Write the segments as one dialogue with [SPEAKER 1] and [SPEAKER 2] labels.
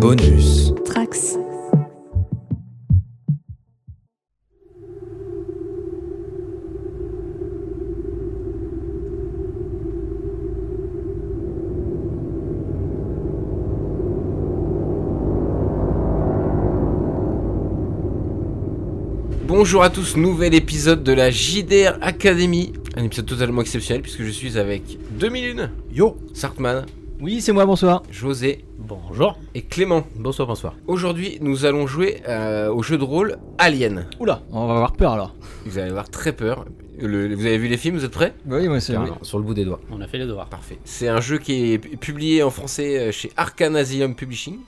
[SPEAKER 1] Bonus.
[SPEAKER 2] Trax.
[SPEAKER 1] Bonjour à tous, nouvel épisode de la JDR Academy. Un épisode totalement exceptionnel puisque je suis avec 2001,
[SPEAKER 3] Yo
[SPEAKER 1] Sartman,
[SPEAKER 4] Oui, c'est moi, bonsoir.
[SPEAKER 1] José
[SPEAKER 4] Bonjour.
[SPEAKER 1] et Clément.
[SPEAKER 4] Bonsoir, bonsoir.
[SPEAKER 1] Aujourd'hui, nous allons jouer euh, au jeu de rôle Alien.
[SPEAKER 4] Oula, on va avoir peur alors.
[SPEAKER 1] Vous allez avoir très peur. Le- vous avez vu les films, vous êtes prêts
[SPEAKER 4] Bah Oui, moi c'est.
[SPEAKER 1] Carrément, Sur le bout des doigts.
[SPEAKER 5] On a fait les devoirs.
[SPEAKER 1] Parfait. C'est un jeu qui est pu- publié en français euh, chez Arcanasium Publishing.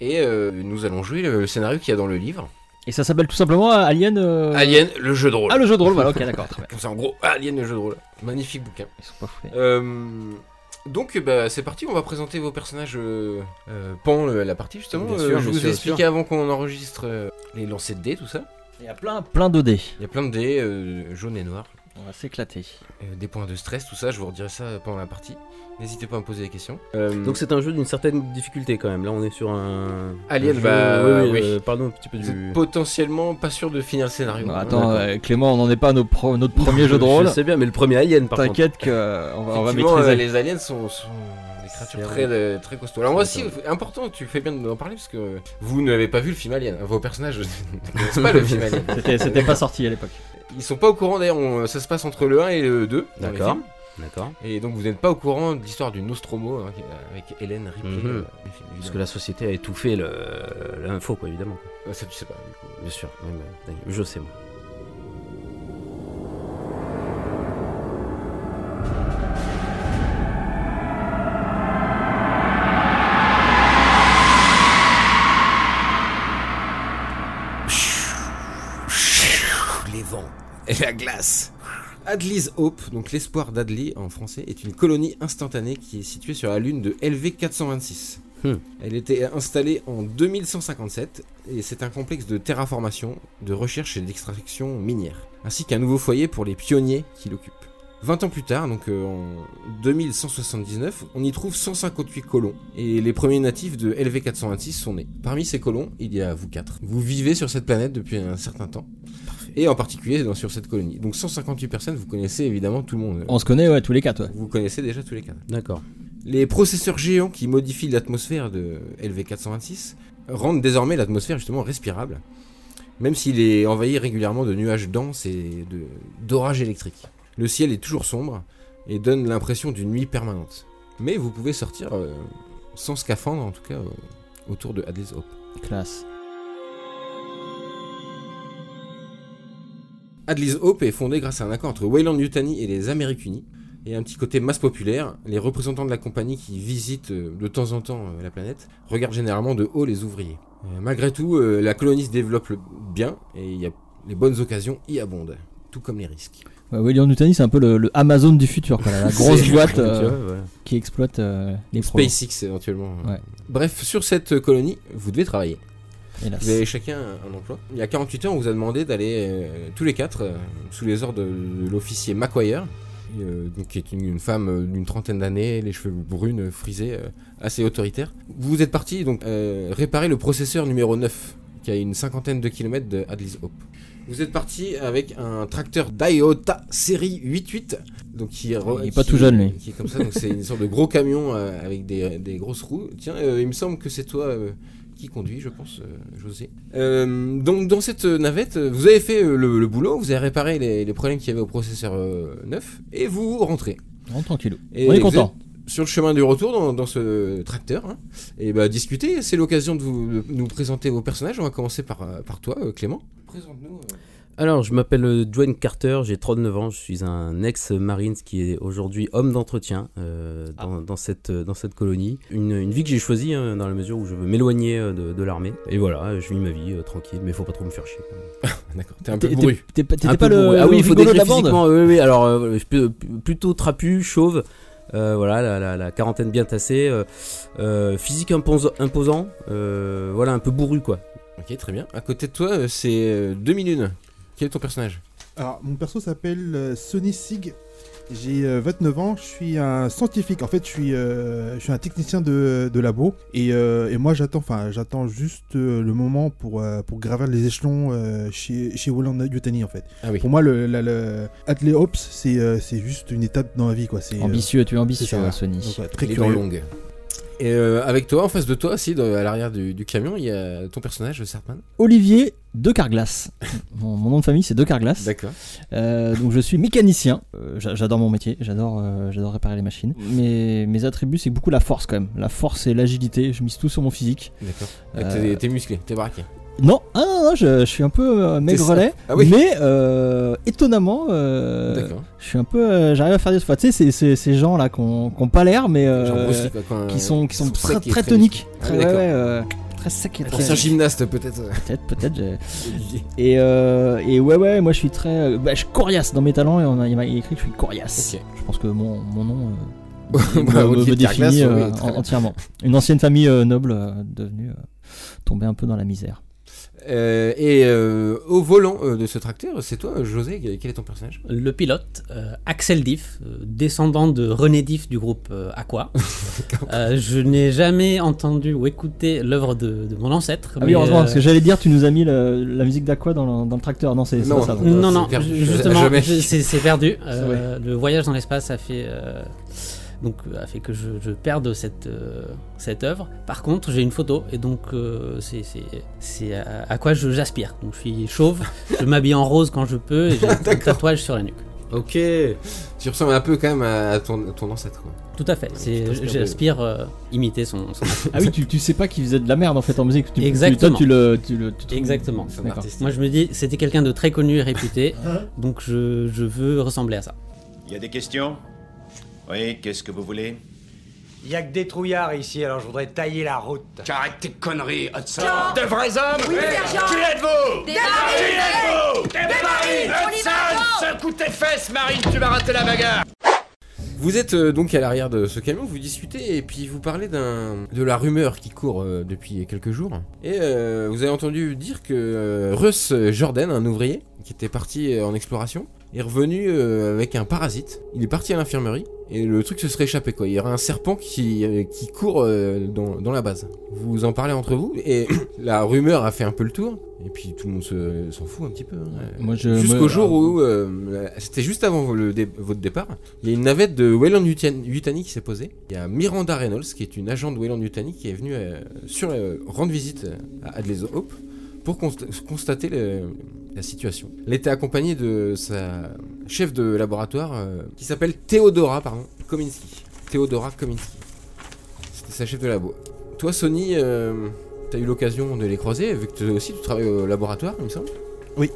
[SPEAKER 1] Et euh, nous allons jouer le scénario qu'il y a dans le livre.
[SPEAKER 4] Et ça s'appelle tout simplement euh, Alien. euh,
[SPEAKER 1] Alien, le jeu de rôle.
[SPEAKER 4] Ah, le jeu de rôle, voilà, ok, d'accord, très bien.
[SPEAKER 1] Comme ça, en gros, Alien, le jeu de rôle. Magnifique bouquin.
[SPEAKER 4] Ils sont pas fous. les-
[SPEAKER 1] Euh, donc euh, bah, c'est parti, on va présenter vos personnages euh, euh, pendant le- la partie justement.
[SPEAKER 3] Bien
[SPEAKER 1] Euh,
[SPEAKER 3] sûr,
[SPEAKER 1] je
[SPEAKER 3] bien
[SPEAKER 1] vous
[SPEAKER 3] sûr, bien
[SPEAKER 1] expliquais avant qu'on enregistre euh, les lancers de dés, tout ça.
[SPEAKER 4] Il y a plein, plein de dés.
[SPEAKER 1] Il y a plein de dés euh, jaunes et noirs,
[SPEAKER 4] On va s'éclater.
[SPEAKER 1] Euh, des points de stress, tout ça. Je vous redirai ça pendant la partie. N'hésitez pas à me poser des questions. Euh,
[SPEAKER 3] Donc c'est un jeu d'une certaine difficulté quand même. Là on est sur un.
[SPEAKER 1] Alien,
[SPEAKER 3] un jeu-
[SPEAKER 1] bah,
[SPEAKER 3] oui,
[SPEAKER 1] oui.
[SPEAKER 3] euh, pardon un petit peu
[SPEAKER 1] vous
[SPEAKER 3] du. Bah,
[SPEAKER 1] êtes potentiellement pas sûr de finir le scénario.
[SPEAKER 4] Non,
[SPEAKER 1] Euh,
[SPEAKER 4] attends, euh, Clément, on n'en est pas à nos pro- notre premier jeu de rôle.
[SPEAKER 3] Je sais bien, mais le premier Alien par contre.
[SPEAKER 4] T'inquiète que euh, on va, on va
[SPEAKER 1] Effectivement,
[SPEAKER 4] maîtriser.
[SPEAKER 1] euh, les aliens sont, sont des créatures
[SPEAKER 3] C'est
[SPEAKER 1] très, euh, très costauds. Alors moi aussi, important, tu fais bien de m'en parler parce que vous n'avez pas vu le film Alien. Vos personnages ne connaissent pas le film Alien.
[SPEAKER 4] C'était- C'était pas sorti à l'époque.
[SPEAKER 1] Ils sont pas au courant d'ailleurs, on- ça se passe entre le 1 et le 2. dans les
[SPEAKER 3] D'accord.
[SPEAKER 1] films.
[SPEAKER 3] D'accord.
[SPEAKER 1] Et donc vous n'êtes pas au courant de l'histoire du Nostromo hein, qui- avec Hélène Ripley.
[SPEAKER 3] Mhm.
[SPEAKER 1] euh, du film,
[SPEAKER 3] Parce que
[SPEAKER 1] évidemment.
[SPEAKER 3] la société a étouffé le- l'info quoi évidemment. quoi.
[SPEAKER 1] Euh, ça tu sais pas. du coup.
[SPEAKER 3] Bien sûr. Oui, mais, t'inquiète, je sais moi.
[SPEAKER 1] Les vents et la glace. Adley's Hope, donc l'espoir d'Adley en français, est une colonie instantanée qui est située sur la lune de LV 426.
[SPEAKER 3] Hmm.
[SPEAKER 1] Elle était installée en 2157 et c'est un complexe de terraformation, de recherche et d'extraction minière, ainsi qu'un nouveau foyer pour les pionniers qui l'occupent. 20 ans plus tard, donc euh, en 2179, on y trouve 158 colons et les premiers natifs de LV426 sont nés. Parmi ces colons, il y a vous quatre. Vous vivez sur cette planète depuis un certain temps et en particulier dans- sur cette colonie. Donc 158 personnes, vous connaissez évidemment tout le monde.
[SPEAKER 4] On se connaît, ouais, tous les quatre, ouais.
[SPEAKER 1] Vous connaissez déjà tous les cadres.
[SPEAKER 3] D'accord.
[SPEAKER 1] Les processeurs géants qui modifient l'atmosphère de LV426 rendent désormais l'atmosphère justement respirable, même s'il est envahi régulièrement de nuages denses et de- d'orages électriques. Le ciel est toujours sombre et donne l'impression d'une nuit permanente. Mais vous pouvez sortir euh, sans scaphandre, en tout cas, euh, autour de Adley's Hope.
[SPEAKER 4] Classe.
[SPEAKER 1] Adley's Hope est fondée grâce à un accord entre Wayland Yutani et les Américunis, et un petit côté masse populaire. Les représentants de la compagnie qui visitent euh, de temps en temps euh, la planète regardent généralement de haut les ouvriers. Euh, malgré tout, euh, la colonie se développe le- bien, et il y a- les bonnes occasions y abondent, tout comme les risques.
[SPEAKER 4] Ouais, William Newton, c'est un peu le, le Amazon du futur, quoi, la, la grosse
[SPEAKER 1] C'est-
[SPEAKER 4] boîte
[SPEAKER 3] Tu
[SPEAKER 4] euh,
[SPEAKER 3] vois, voilà.
[SPEAKER 4] qui exploite euh, les pros.
[SPEAKER 1] SpaceX éventuellement. euh.
[SPEAKER 4] Ouais.
[SPEAKER 1] Bref, sur cette euh, colonie, vous devez travailler.
[SPEAKER 4] Hélas.
[SPEAKER 1] Vous avez chacun un emploi. Il y a 48 heures, on vous a demandé d'aller euh, tous les quatre euh, sous les ordres de, de l'officier McQuire, euh, donc qui est une, une femme euh, d'une trentaine d'années, les cheveux brunes, euh, frisés, euh, assez autoritaire. Vous êtes parti donc euh, réparer le processeur numéro 9, qui a une cinquantaine de kilomètres de Adlis Hope. Vous êtes parti avec un tracteur Daiota série 88, donc qui
[SPEAKER 4] Il est pas tout jeune, lui.
[SPEAKER 1] Qui est comme ça, donc c'est une sorte de gros camion euh, avec des, des grosses roues. Tiens, euh, il me semble que c'est toi. euh, qui conduit, je pense, euh, José. Euh, donc dans cette navette, euh, vous avez fait euh, le, le boulot, vous avez réparé les, les problèmes qu'il y avait au processeur euh, 9, et vous rentrez.
[SPEAKER 4] Non, tranquillou.
[SPEAKER 1] Et
[SPEAKER 4] on est
[SPEAKER 1] vous
[SPEAKER 4] content.
[SPEAKER 1] êtes Sur le chemin du retour dans, dans ce tracteur, hein, et bah discuter, c'est l'occasion de, vous- de nous présenter vos personnages. On va commencer par, euh, par toi, euh, Clément. Présente-nous.
[SPEAKER 3] Alors, je m'appelle euh, Dwayne Carter, j'ai 39 ans, je suis un ex-marine qui est aujourd'hui homme d'entretien euh,
[SPEAKER 4] Ah.
[SPEAKER 3] dans, dans cette, euh, dans cette colonie. Une, une vie que j'ai choisie hein, dans la mesure où je veux m'éloigner euh, de, de l'armée. Et voilà, euh, je vis ma vie euh, tranquille, mais faut pas trop me faire chier.
[SPEAKER 1] Ah, D'accord, t'es un peu
[SPEAKER 4] T'es-
[SPEAKER 1] bourru.
[SPEAKER 4] t'es- T'es pas
[SPEAKER 3] Un
[SPEAKER 4] t'étais
[SPEAKER 3] peu
[SPEAKER 4] pas le.
[SPEAKER 3] bourré. Ah oui, il faut
[SPEAKER 4] rigolo de
[SPEAKER 3] décrire
[SPEAKER 4] la bande
[SPEAKER 3] physiquement. Oui, oui, oui, alors euh, je peux- plutôt trapu, chauve. euh, voilà, la, la- la quarantaine bien tassée, euh, euh, physique impos- imposant, euh, voilà, un peu bourru quoi.
[SPEAKER 1] Ok, très bien. À côté de toi, euh, c'est euh, 2001. Quel est ton personnage
[SPEAKER 2] Alors, mon perso s'appelle euh, Sonny Sig. J'ai euh, 29 ans, je suis un scientifique. En fait, je suis, euh, je suis un technicien de, de labo. Et, euh, et moi, j'attends enfin, j'attends juste euh, le moment pour, euh, pour gravir les échelons euh, chez, chez Wallon Yutani, en fait.
[SPEAKER 1] Ah oui.
[SPEAKER 2] Pour moi, le, la- le- Athlé Ops, c'est euh, c'est juste une étape dans la vie. quoi. C'est euh,
[SPEAKER 4] Ambitieux, tu es ambitieux,
[SPEAKER 2] c'est ça.
[SPEAKER 4] hein, Sony.
[SPEAKER 2] donc, ouais, très
[SPEAKER 1] Les dents
[SPEAKER 2] curieux.
[SPEAKER 1] longues. Et euh, avec toi, en face de toi, aussi, dans- à l'arrière du, du camion, il y a ton personnage, Serpent.
[SPEAKER 4] Olivier de Carglass. mon, mon nom de famille, c'est de Carglass.
[SPEAKER 1] D'accord.
[SPEAKER 4] Euh, donc je suis mécanicien. Euh, j'a- j'adore mon métier, j'adore, euh, j'adore réparer les machines. Mais mes attributs, c'est beaucoup la force quand même. La force et l'agilité. Je mise tout sur mon physique.
[SPEAKER 1] D'accord.
[SPEAKER 4] Euh,
[SPEAKER 1] Ah, T'es t'es musclé, t'es braqué.
[SPEAKER 4] Non, ah non, non, je, je suis un peu euh, maigrelet,
[SPEAKER 1] Ah oui.
[SPEAKER 4] mais euh, étonnamment, euh,
[SPEAKER 1] D'accord.
[SPEAKER 4] je suis un peu, euh, j'arrive à faire des fois. Tu sais, c'est- c'est- ces gens là qui ont qui ont pas l'air, mais euh,
[SPEAKER 1] Genre Bruce Lee, quoi, quand, euh,
[SPEAKER 4] qui sont qui sont
[SPEAKER 1] sec
[SPEAKER 4] très
[SPEAKER 1] et
[SPEAKER 4] très
[SPEAKER 1] musclé.
[SPEAKER 4] toniques,
[SPEAKER 1] Ah
[SPEAKER 4] très
[SPEAKER 1] oui,
[SPEAKER 4] ouais,
[SPEAKER 1] d'accord. Ah,
[SPEAKER 4] ouais, euh, très secs et très
[SPEAKER 1] Ancien gymnaste, peut-être.
[SPEAKER 4] peut-être peut-être. j'ai- Et, euh, et ouais, ouais, moi je suis très. euh, Bah, je suis coriace dans mes talents et on a, il m'a écrit que je suis coriace.
[SPEAKER 1] Ok.
[SPEAKER 4] Je pense que mon, mon nom euh, me,
[SPEAKER 1] Bah,
[SPEAKER 4] me- me
[SPEAKER 1] Olivier
[SPEAKER 4] définit
[SPEAKER 1] Carglass,
[SPEAKER 4] euh,
[SPEAKER 1] oui, très
[SPEAKER 4] en-
[SPEAKER 1] bien.
[SPEAKER 4] entièrement. Une ancienne famille euh, noble euh, devenue euh, tombée un peu dans la misère.
[SPEAKER 1] Euh, et euh, au volant euh, de ce tracteur, c'est toi, José, quel est ton personnage
[SPEAKER 5] Le pilote, euh, Axel Diff, euh, descendant de René Diff du groupe euh, Aqua. Euh, je n'ai jamais entendu ou écouté l'œuvre de, de mon ancêtre.
[SPEAKER 4] Ah
[SPEAKER 5] mais,
[SPEAKER 4] oui, heureusement,
[SPEAKER 5] euh,
[SPEAKER 4] parce que j'allais dire, tu nous as mis le- la musique d'Aqua dans, le- dans le tracteur. Non, c'est c'est
[SPEAKER 1] Non.
[SPEAKER 4] pas ça. bon.
[SPEAKER 5] Non,
[SPEAKER 1] C'est
[SPEAKER 5] non,
[SPEAKER 1] perdu.
[SPEAKER 5] ju- justement,
[SPEAKER 1] Jamais.
[SPEAKER 5] euh, je- c'est c'est perdu. Euh, le voyage dans l'espace a fait, euh, donc, a fait que je, je perde cette, euh, cette œuvre. Par contre, j'ai une photo, et donc euh, c'est- c'est c'est à, à quoi je- j'aspire. Donc, je suis chauve, je m'habille en rose quand je peux, et j'ai un tatouage sur la nuque.
[SPEAKER 1] Ok. Tu ressembles un peu quand même à, à ton, à ton ancêtre. quoi.
[SPEAKER 5] Tout à fait, c'est-
[SPEAKER 1] t'inspires de-
[SPEAKER 5] j'aspire euh, imiter son, son
[SPEAKER 4] Ah oui, tu, tu sais pas qu'il faisait de la merde en fait en musique. Tu, tu-
[SPEAKER 5] Exactement.
[SPEAKER 4] toi, tu le. Tu le tu- tu-
[SPEAKER 5] Exactement.
[SPEAKER 1] C'est un
[SPEAKER 4] D'accord.
[SPEAKER 1] artiste.
[SPEAKER 5] Moi je me dis, c'était quelqu'un de très connu et réputé, donc je, je veux ressembler à ça.
[SPEAKER 6] Il y a des questions Oui, qu'est-ce que vous voulez
[SPEAKER 7] Il y a que des trouillards ici, alors je voudrais tailler la route.
[SPEAKER 8] Arrête tes conneries, Hudson
[SPEAKER 6] De vrais hommes Oui,
[SPEAKER 9] sergent.
[SPEAKER 6] Qui êtes-vous
[SPEAKER 9] Des
[SPEAKER 6] Qui
[SPEAKER 9] marines
[SPEAKER 6] êtes-vous Des
[SPEAKER 9] marines On y va, go
[SPEAKER 6] Hudson Secoue tes fesses, Marine, tu vas rater la bagarre
[SPEAKER 1] Vous êtes euh, donc à l'arrière de ce camion, vous discutez et puis vous parlez d'un de la rumeur qui court euh, depuis quelques jours. Et euh, vous avez entendu dire que euh, Russ Jordan, un ouvrier qui était parti euh, en exploration, est revenu euh, avec un parasite. Il est parti à l'infirmerie et le truc se serait échappé quoi. Il y aurait un serpent qui, euh, qui court euh, dans, dans la base. Vous en parlez entre vous et la rumeur a fait un peu le tour. Et puis tout le monde se- s'en fout un petit peu. hein.
[SPEAKER 4] Moi, je-
[SPEAKER 1] Jusqu'au
[SPEAKER 4] moi,
[SPEAKER 1] jour
[SPEAKER 4] alors-
[SPEAKER 1] où euh, c'était juste avant le dé- votre départ. Il y a une navette de Wayland Utan- Yutani qui s'est posée. Il y a Miranda Reynolds, qui est une agent de Wayland Yutani, qui est venue euh, sur, euh, rendre visite à Adelaide Hope pour consta- constater le- la situation. Elle était accompagnée de sa chef de laboratoire, euh, qui s'appelle Theodora, pardon, Kominski. Theodora Kominski. C'était sa chef de labo. Toi, Sony, euh, t'as eu l'occasion de les croiser, vu que toi aussi tu travailles au laboratoire, il me semble
[SPEAKER 2] Oui.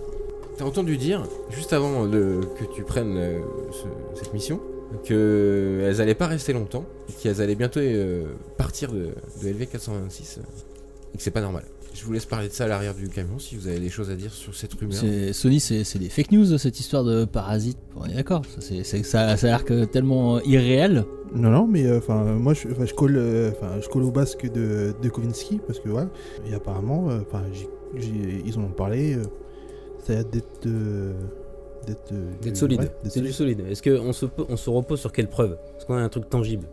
[SPEAKER 1] T'as entendu dire, juste avant le- que tu prennes euh, ce- cette mission, qu'elles allaient pas rester longtemps, et qu'elles allaient bientôt euh, partir de, de LV426, euh, et que c'est pas normal. Je vous laisse parler de ça à l'arrière du camion si vous avez des choses à dire sur cette rumeur.
[SPEAKER 4] C'est- Sony, c'est c'est des fake news cette histoire de parasite. On est d'accord. ça, c'est- c'est- Ça, ça a l'air que tellement irréel.
[SPEAKER 2] Non, non, mais euh, enfin, moi, je, enfin, je colle, euh, enfin, je colle au basque de, de Kovinsky parce que voilà, et apparemment, euh, enfin, j'ai- j'ai- ils en ont parlé. euh, ça a l'air d'être, euh, d'être, euh,
[SPEAKER 3] D'être
[SPEAKER 2] euh,
[SPEAKER 3] solide.
[SPEAKER 2] ouais, d'être
[SPEAKER 3] c'est du
[SPEAKER 2] solide.
[SPEAKER 3] solide. Est-ce qu'on se, po- on se repose sur quelle preuve Est-ce qu'on a un truc tangible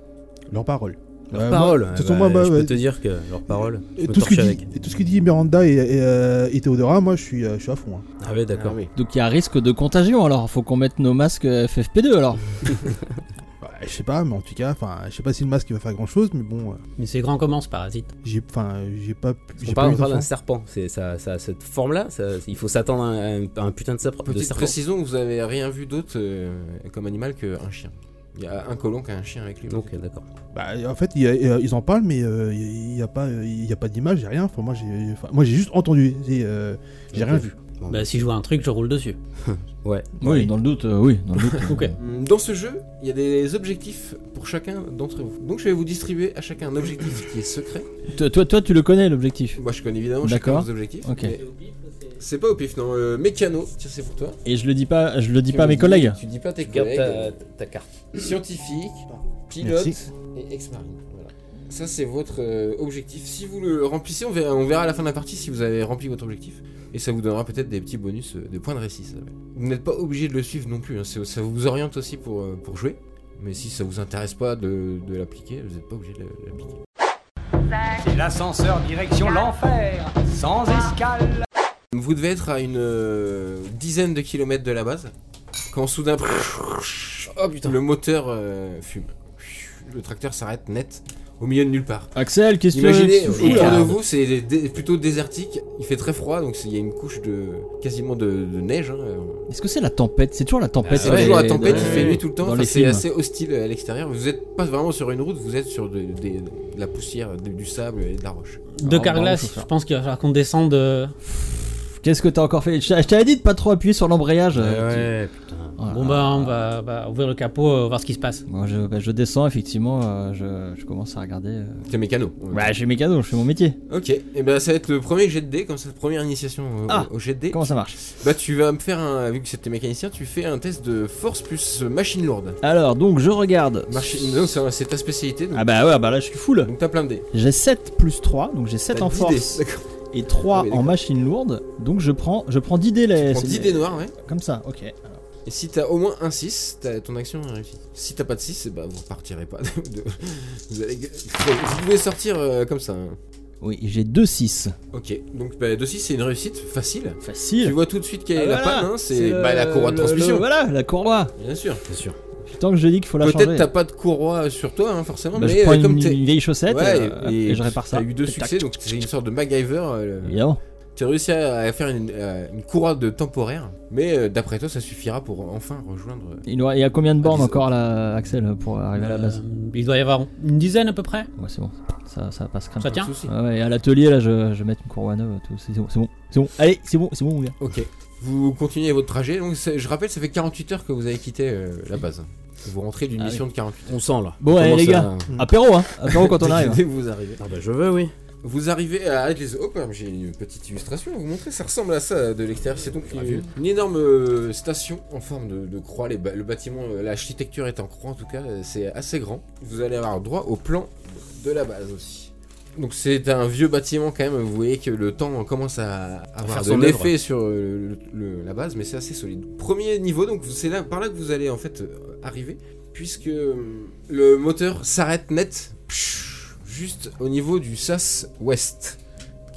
[SPEAKER 2] Leurs paroles.
[SPEAKER 3] Leur
[SPEAKER 2] Ouais,
[SPEAKER 3] parole
[SPEAKER 2] moi,
[SPEAKER 3] eh
[SPEAKER 2] de toute façon,
[SPEAKER 3] ben,
[SPEAKER 2] moi, bah,
[SPEAKER 3] Je
[SPEAKER 2] ouais.
[SPEAKER 3] peux te dire que leur parole, je
[SPEAKER 2] Et
[SPEAKER 3] me
[SPEAKER 2] tout, ce que
[SPEAKER 3] torche
[SPEAKER 2] dit,
[SPEAKER 3] avec.
[SPEAKER 2] et tout ce que dit Miranda et, et, euh, et Theodora, moi, je suis, euh, je suis à fond. hein.
[SPEAKER 3] Ah ouais, d'accord.
[SPEAKER 1] Ah oui.
[SPEAKER 4] Donc il y a risque de contagion alors, faut qu'on mette nos masques FFP2 alors.
[SPEAKER 2] Ouais, je sais pas, mais en tout cas, enfin, je sais pas si le masque il va faire grand chose, mais bon, euh,
[SPEAKER 5] Mais c'est grand comment ce parasite
[SPEAKER 2] j'ai, enfin, j'ai pas, j'ai
[SPEAKER 3] On
[SPEAKER 2] pas
[SPEAKER 3] parle,
[SPEAKER 2] eu
[SPEAKER 3] on parle d'un
[SPEAKER 2] d'enfant.
[SPEAKER 3] serpent, c'est ça, ça a cette forme-là, ça- il faut s'attendre à un, à un putain de, serp- de
[SPEAKER 1] Petite
[SPEAKER 3] serpent.
[SPEAKER 1] précision, vous avez rien vu d'autre euh, comme animal qu'un chien. Il y a un colon qui a un chien avec lui.
[SPEAKER 3] Ok, d'accord.
[SPEAKER 2] Bah, en fait, il y a- il y a- ils en parlent, mais il n'y a, pas, euh, il y a pas d'image, il y a rien. Enfin, moi, j'ai, enfin, moi, j'ai juste entendu, et, euh, j'ai rien vu.
[SPEAKER 5] Bah si je vois un truc, je roule dessus.
[SPEAKER 4] Oui, dans le doute, euh, oui, dans le doute.
[SPEAKER 5] Ok.
[SPEAKER 1] Mm, Dans ce jeu, il y a des objectifs pour chacun d'entre vous. Donc je vais vous distribuer à chacun un objectif qui est secret.
[SPEAKER 4] Toi, toi, toi, tu le connais l'objectif.
[SPEAKER 1] Moi je connais évidemment chacun
[SPEAKER 4] D'accord.
[SPEAKER 1] des objectifs.
[SPEAKER 4] Ok.
[SPEAKER 1] mais C'est pas au pif, non. Euh, mécano, tiens c'est pour toi.
[SPEAKER 4] Et je le dis pas, je le dis
[SPEAKER 1] Tu
[SPEAKER 4] pas à
[SPEAKER 1] me
[SPEAKER 4] mes
[SPEAKER 1] dis-
[SPEAKER 4] collègues.
[SPEAKER 1] Tu dis pas à tes
[SPEAKER 3] Garde
[SPEAKER 1] collègues.
[SPEAKER 3] ta, ta carte.
[SPEAKER 1] Scientifique, pilote
[SPEAKER 2] Merci.
[SPEAKER 1] et ex-marine. Voilà. Ça, c'est votre euh, objectif. Si vous le remplissez, on verra, on verra à la fin de la partie si vous avez rempli votre objectif. Et ça vous donnera peut-être des petits bonus, euh, des points de récit. ça s'appelle. Vous n'êtes pas obligé de le suivre non plus. hein. C'est- Ça vous oriente aussi pour, euh, pour jouer. Mais si ça vous intéresse pas de, de l'appliquer, vous n'êtes pas obligé de l'appliquer.
[SPEAKER 7] C'est l'ascenseur direction l'enfer, sans escale.
[SPEAKER 1] Vous devez être à une euh, dizaine de kilomètres de la base quand soudain
[SPEAKER 3] Oh putain.
[SPEAKER 1] le moteur euh, fume. Le tracteur s'arrête net au milieu de nulle part.
[SPEAKER 4] Axel, qu'est-ce que
[SPEAKER 1] Imaginez,
[SPEAKER 4] tu fous
[SPEAKER 1] autour de
[SPEAKER 4] là
[SPEAKER 1] vous, c'est des- des- plutôt désertique. Il fait très froid, donc c'est- il y a une couche de quasiment de, de neige. hein.
[SPEAKER 4] Est-ce que c'est la tempête C'est toujours la tempête.
[SPEAKER 1] Ah, C'est
[SPEAKER 4] dans
[SPEAKER 1] toujours la
[SPEAKER 4] les-
[SPEAKER 1] tempête,
[SPEAKER 4] dans
[SPEAKER 1] il
[SPEAKER 4] les-
[SPEAKER 1] fait nuit tout le temps.
[SPEAKER 4] dans
[SPEAKER 1] Enfin,
[SPEAKER 4] les
[SPEAKER 1] c'est
[SPEAKER 4] films.
[SPEAKER 1] assez hostile à l'extérieur. Vous n'êtes pas vraiment sur une route, vous êtes sur de, des- de la poussière, de- du sable et de la roche.
[SPEAKER 5] De
[SPEAKER 4] Alors, bravo,
[SPEAKER 5] Carglass,
[SPEAKER 4] chauffeur.
[SPEAKER 5] je pense qu'il va falloir qu'on descende. euh,
[SPEAKER 4] Qu'est-ce que t'as encore fait Je t'a- je t'avais dit de pas trop appuyer sur l'embrayage. euh,
[SPEAKER 3] ouais, putain.
[SPEAKER 4] tu-
[SPEAKER 5] Bon bah on va, bah, ouvrir le capot, euh, voir ce qui se passe.
[SPEAKER 4] Bon, je, bah, je descends, effectivement, euh, je, je commence à regarder. euh.
[SPEAKER 1] C'est mécano.
[SPEAKER 4] Bah, j'ai mes cadeaux, je fais mon métier.
[SPEAKER 1] Ok, et ben ça va être le premier jet de dés, comme ça, la première initiation au,
[SPEAKER 4] Ah.
[SPEAKER 1] au jet de dés.
[SPEAKER 4] Comment ça marche
[SPEAKER 1] Bah tu vas me faire un, vu que c'était mécanicien, tu fais un test de force plus machine lourde.
[SPEAKER 4] Alors, donc, je regarde.
[SPEAKER 1] Machine, non, c'est c'est ta spécialité, donc,
[SPEAKER 4] Ah bah ouais, bah là, je suis full.
[SPEAKER 1] donc t'as plein de dés.
[SPEAKER 4] J'ai 7 plus 3, donc j'ai 7
[SPEAKER 1] T'as
[SPEAKER 4] en
[SPEAKER 1] 10
[SPEAKER 4] force
[SPEAKER 1] dés, d'accord.
[SPEAKER 4] et 3
[SPEAKER 1] Ah oui,
[SPEAKER 4] en
[SPEAKER 1] d'accord.
[SPEAKER 4] machine lourde. Donc, je prends, je prends 10 dés les.
[SPEAKER 1] Prends
[SPEAKER 4] c'est-
[SPEAKER 1] 10 dés noirs, ouais.
[SPEAKER 4] Comme ça, ok. Alors,
[SPEAKER 1] Et si t'as au moins un 6, t'as- ton action est réussie. Si t'as pas de 6, eh bah vous repartirez pas. de- de- vous, allez- vous pouvez sortir euh, comme ça. hein.
[SPEAKER 4] Oui, j'ai 2 6.
[SPEAKER 1] Ok, donc bah, de 6 c'est une réussite facile. Tu
[SPEAKER 4] Facile.
[SPEAKER 1] vois tout de suite quelle est
[SPEAKER 4] Ah,
[SPEAKER 1] la
[SPEAKER 4] voilà.
[SPEAKER 1] panne, hein, c'est
[SPEAKER 4] C'est
[SPEAKER 1] bah,
[SPEAKER 4] le-
[SPEAKER 1] la courroie de
[SPEAKER 4] le- le-
[SPEAKER 1] transmission.
[SPEAKER 4] voilà, la courroie.
[SPEAKER 1] Bien sûr, bien sûr.
[SPEAKER 4] Tant que je dis qu'il faut la
[SPEAKER 1] Peut-être
[SPEAKER 4] changer.
[SPEAKER 1] t'as pas de courroie sur toi, hein, forcément,
[SPEAKER 4] Bah,
[SPEAKER 1] mais
[SPEAKER 4] je prends
[SPEAKER 1] euh, comme
[SPEAKER 4] une,
[SPEAKER 1] t'es.
[SPEAKER 4] une vieille chaussette euh, et, je répare ça.
[SPEAKER 1] T'as eu deux
[SPEAKER 4] Tac, tac.
[SPEAKER 1] succès, donc c'est une sorte de MacGyver. euh, le-
[SPEAKER 4] Évidemment.
[SPEAKER 1] T'as réussi à à faire une, à une courroie de temporaire, mais euh, d'après toi, ça suffira pour enfin rejoindre. euh,
[SPEAKER 4] Il doit- il y a combien de bornes
[SPEAKER 1] dix-
[SPEAKER 4] encore là, Axel, pour arriver à la base
[SPEAKER 5] Euh, il doit y avoir une dizaine à peu près.
[SPEAKER 4] Ouais, c'est bon. Ça, ça passe crème.
[SPEAKER 5] Ça tient.
[SPEAKER 1] Pas de soucis.
[SPEAKER 4] Ah ouais, et à l'atelier, là, je, je vais mettre une courroie neuve. tout. C'est c'est bon, c'est bon. C'est bon. Allez, c'est bon, c'est bon, mon gars.
[SPEAKER 1] Ok. Vous continuez votre trajet. Donc, c'est- je rappelle, ça fait 48 heures que vous avez quitté euh, la base. Vous rentrez d'une
[SPEAKER 4] Ah
[SPEAKER 1] mission de 48
[SPEAKER 3] On sent là.
[SPEAKER 4] Bon,
[SPEAKER 1] On
[SPEAKER 4] allez, les
[SPEAKER 1] commence
[SPEAKER 4] gars. Apéro, hein. Apéro quand
[SPEAKER 1] à-
[SPEAKER 4] on arrive.
[SPEAKER 1] Dès que vous arrivez.
[SPEAKER 3] Ah bah je veux, oui.
[SPEAKER 1] Vous arrivez à Adles Hope. J'ai une petite illustration à vous montrer. Ça ressemble à ça euh, de l'extérieur. C'est donc une, une énorme euh, station en forme de, de croix. Les ba- le bâtiment, euh, l'architecture est en croix en tout cas. euh, C'est assez grand. Vous allez avoir droit au plan de la base aussi. Donc c'est un vieux bâtiment quand même. Vous voyez que le temps commence à avoir
[SPEAKER 3] faire
[SPEAKER 1] de
[SPEAKER 3] son
[SPEAKER 1] l'effet sur euh, le- le- la base, mais c'est assez solide. Premier niveau, donc c'est là par là que vous allez en fait euh, arriver, puisque euh, le moteur s'arrête net, pshh, juste au niveau du sas ouest,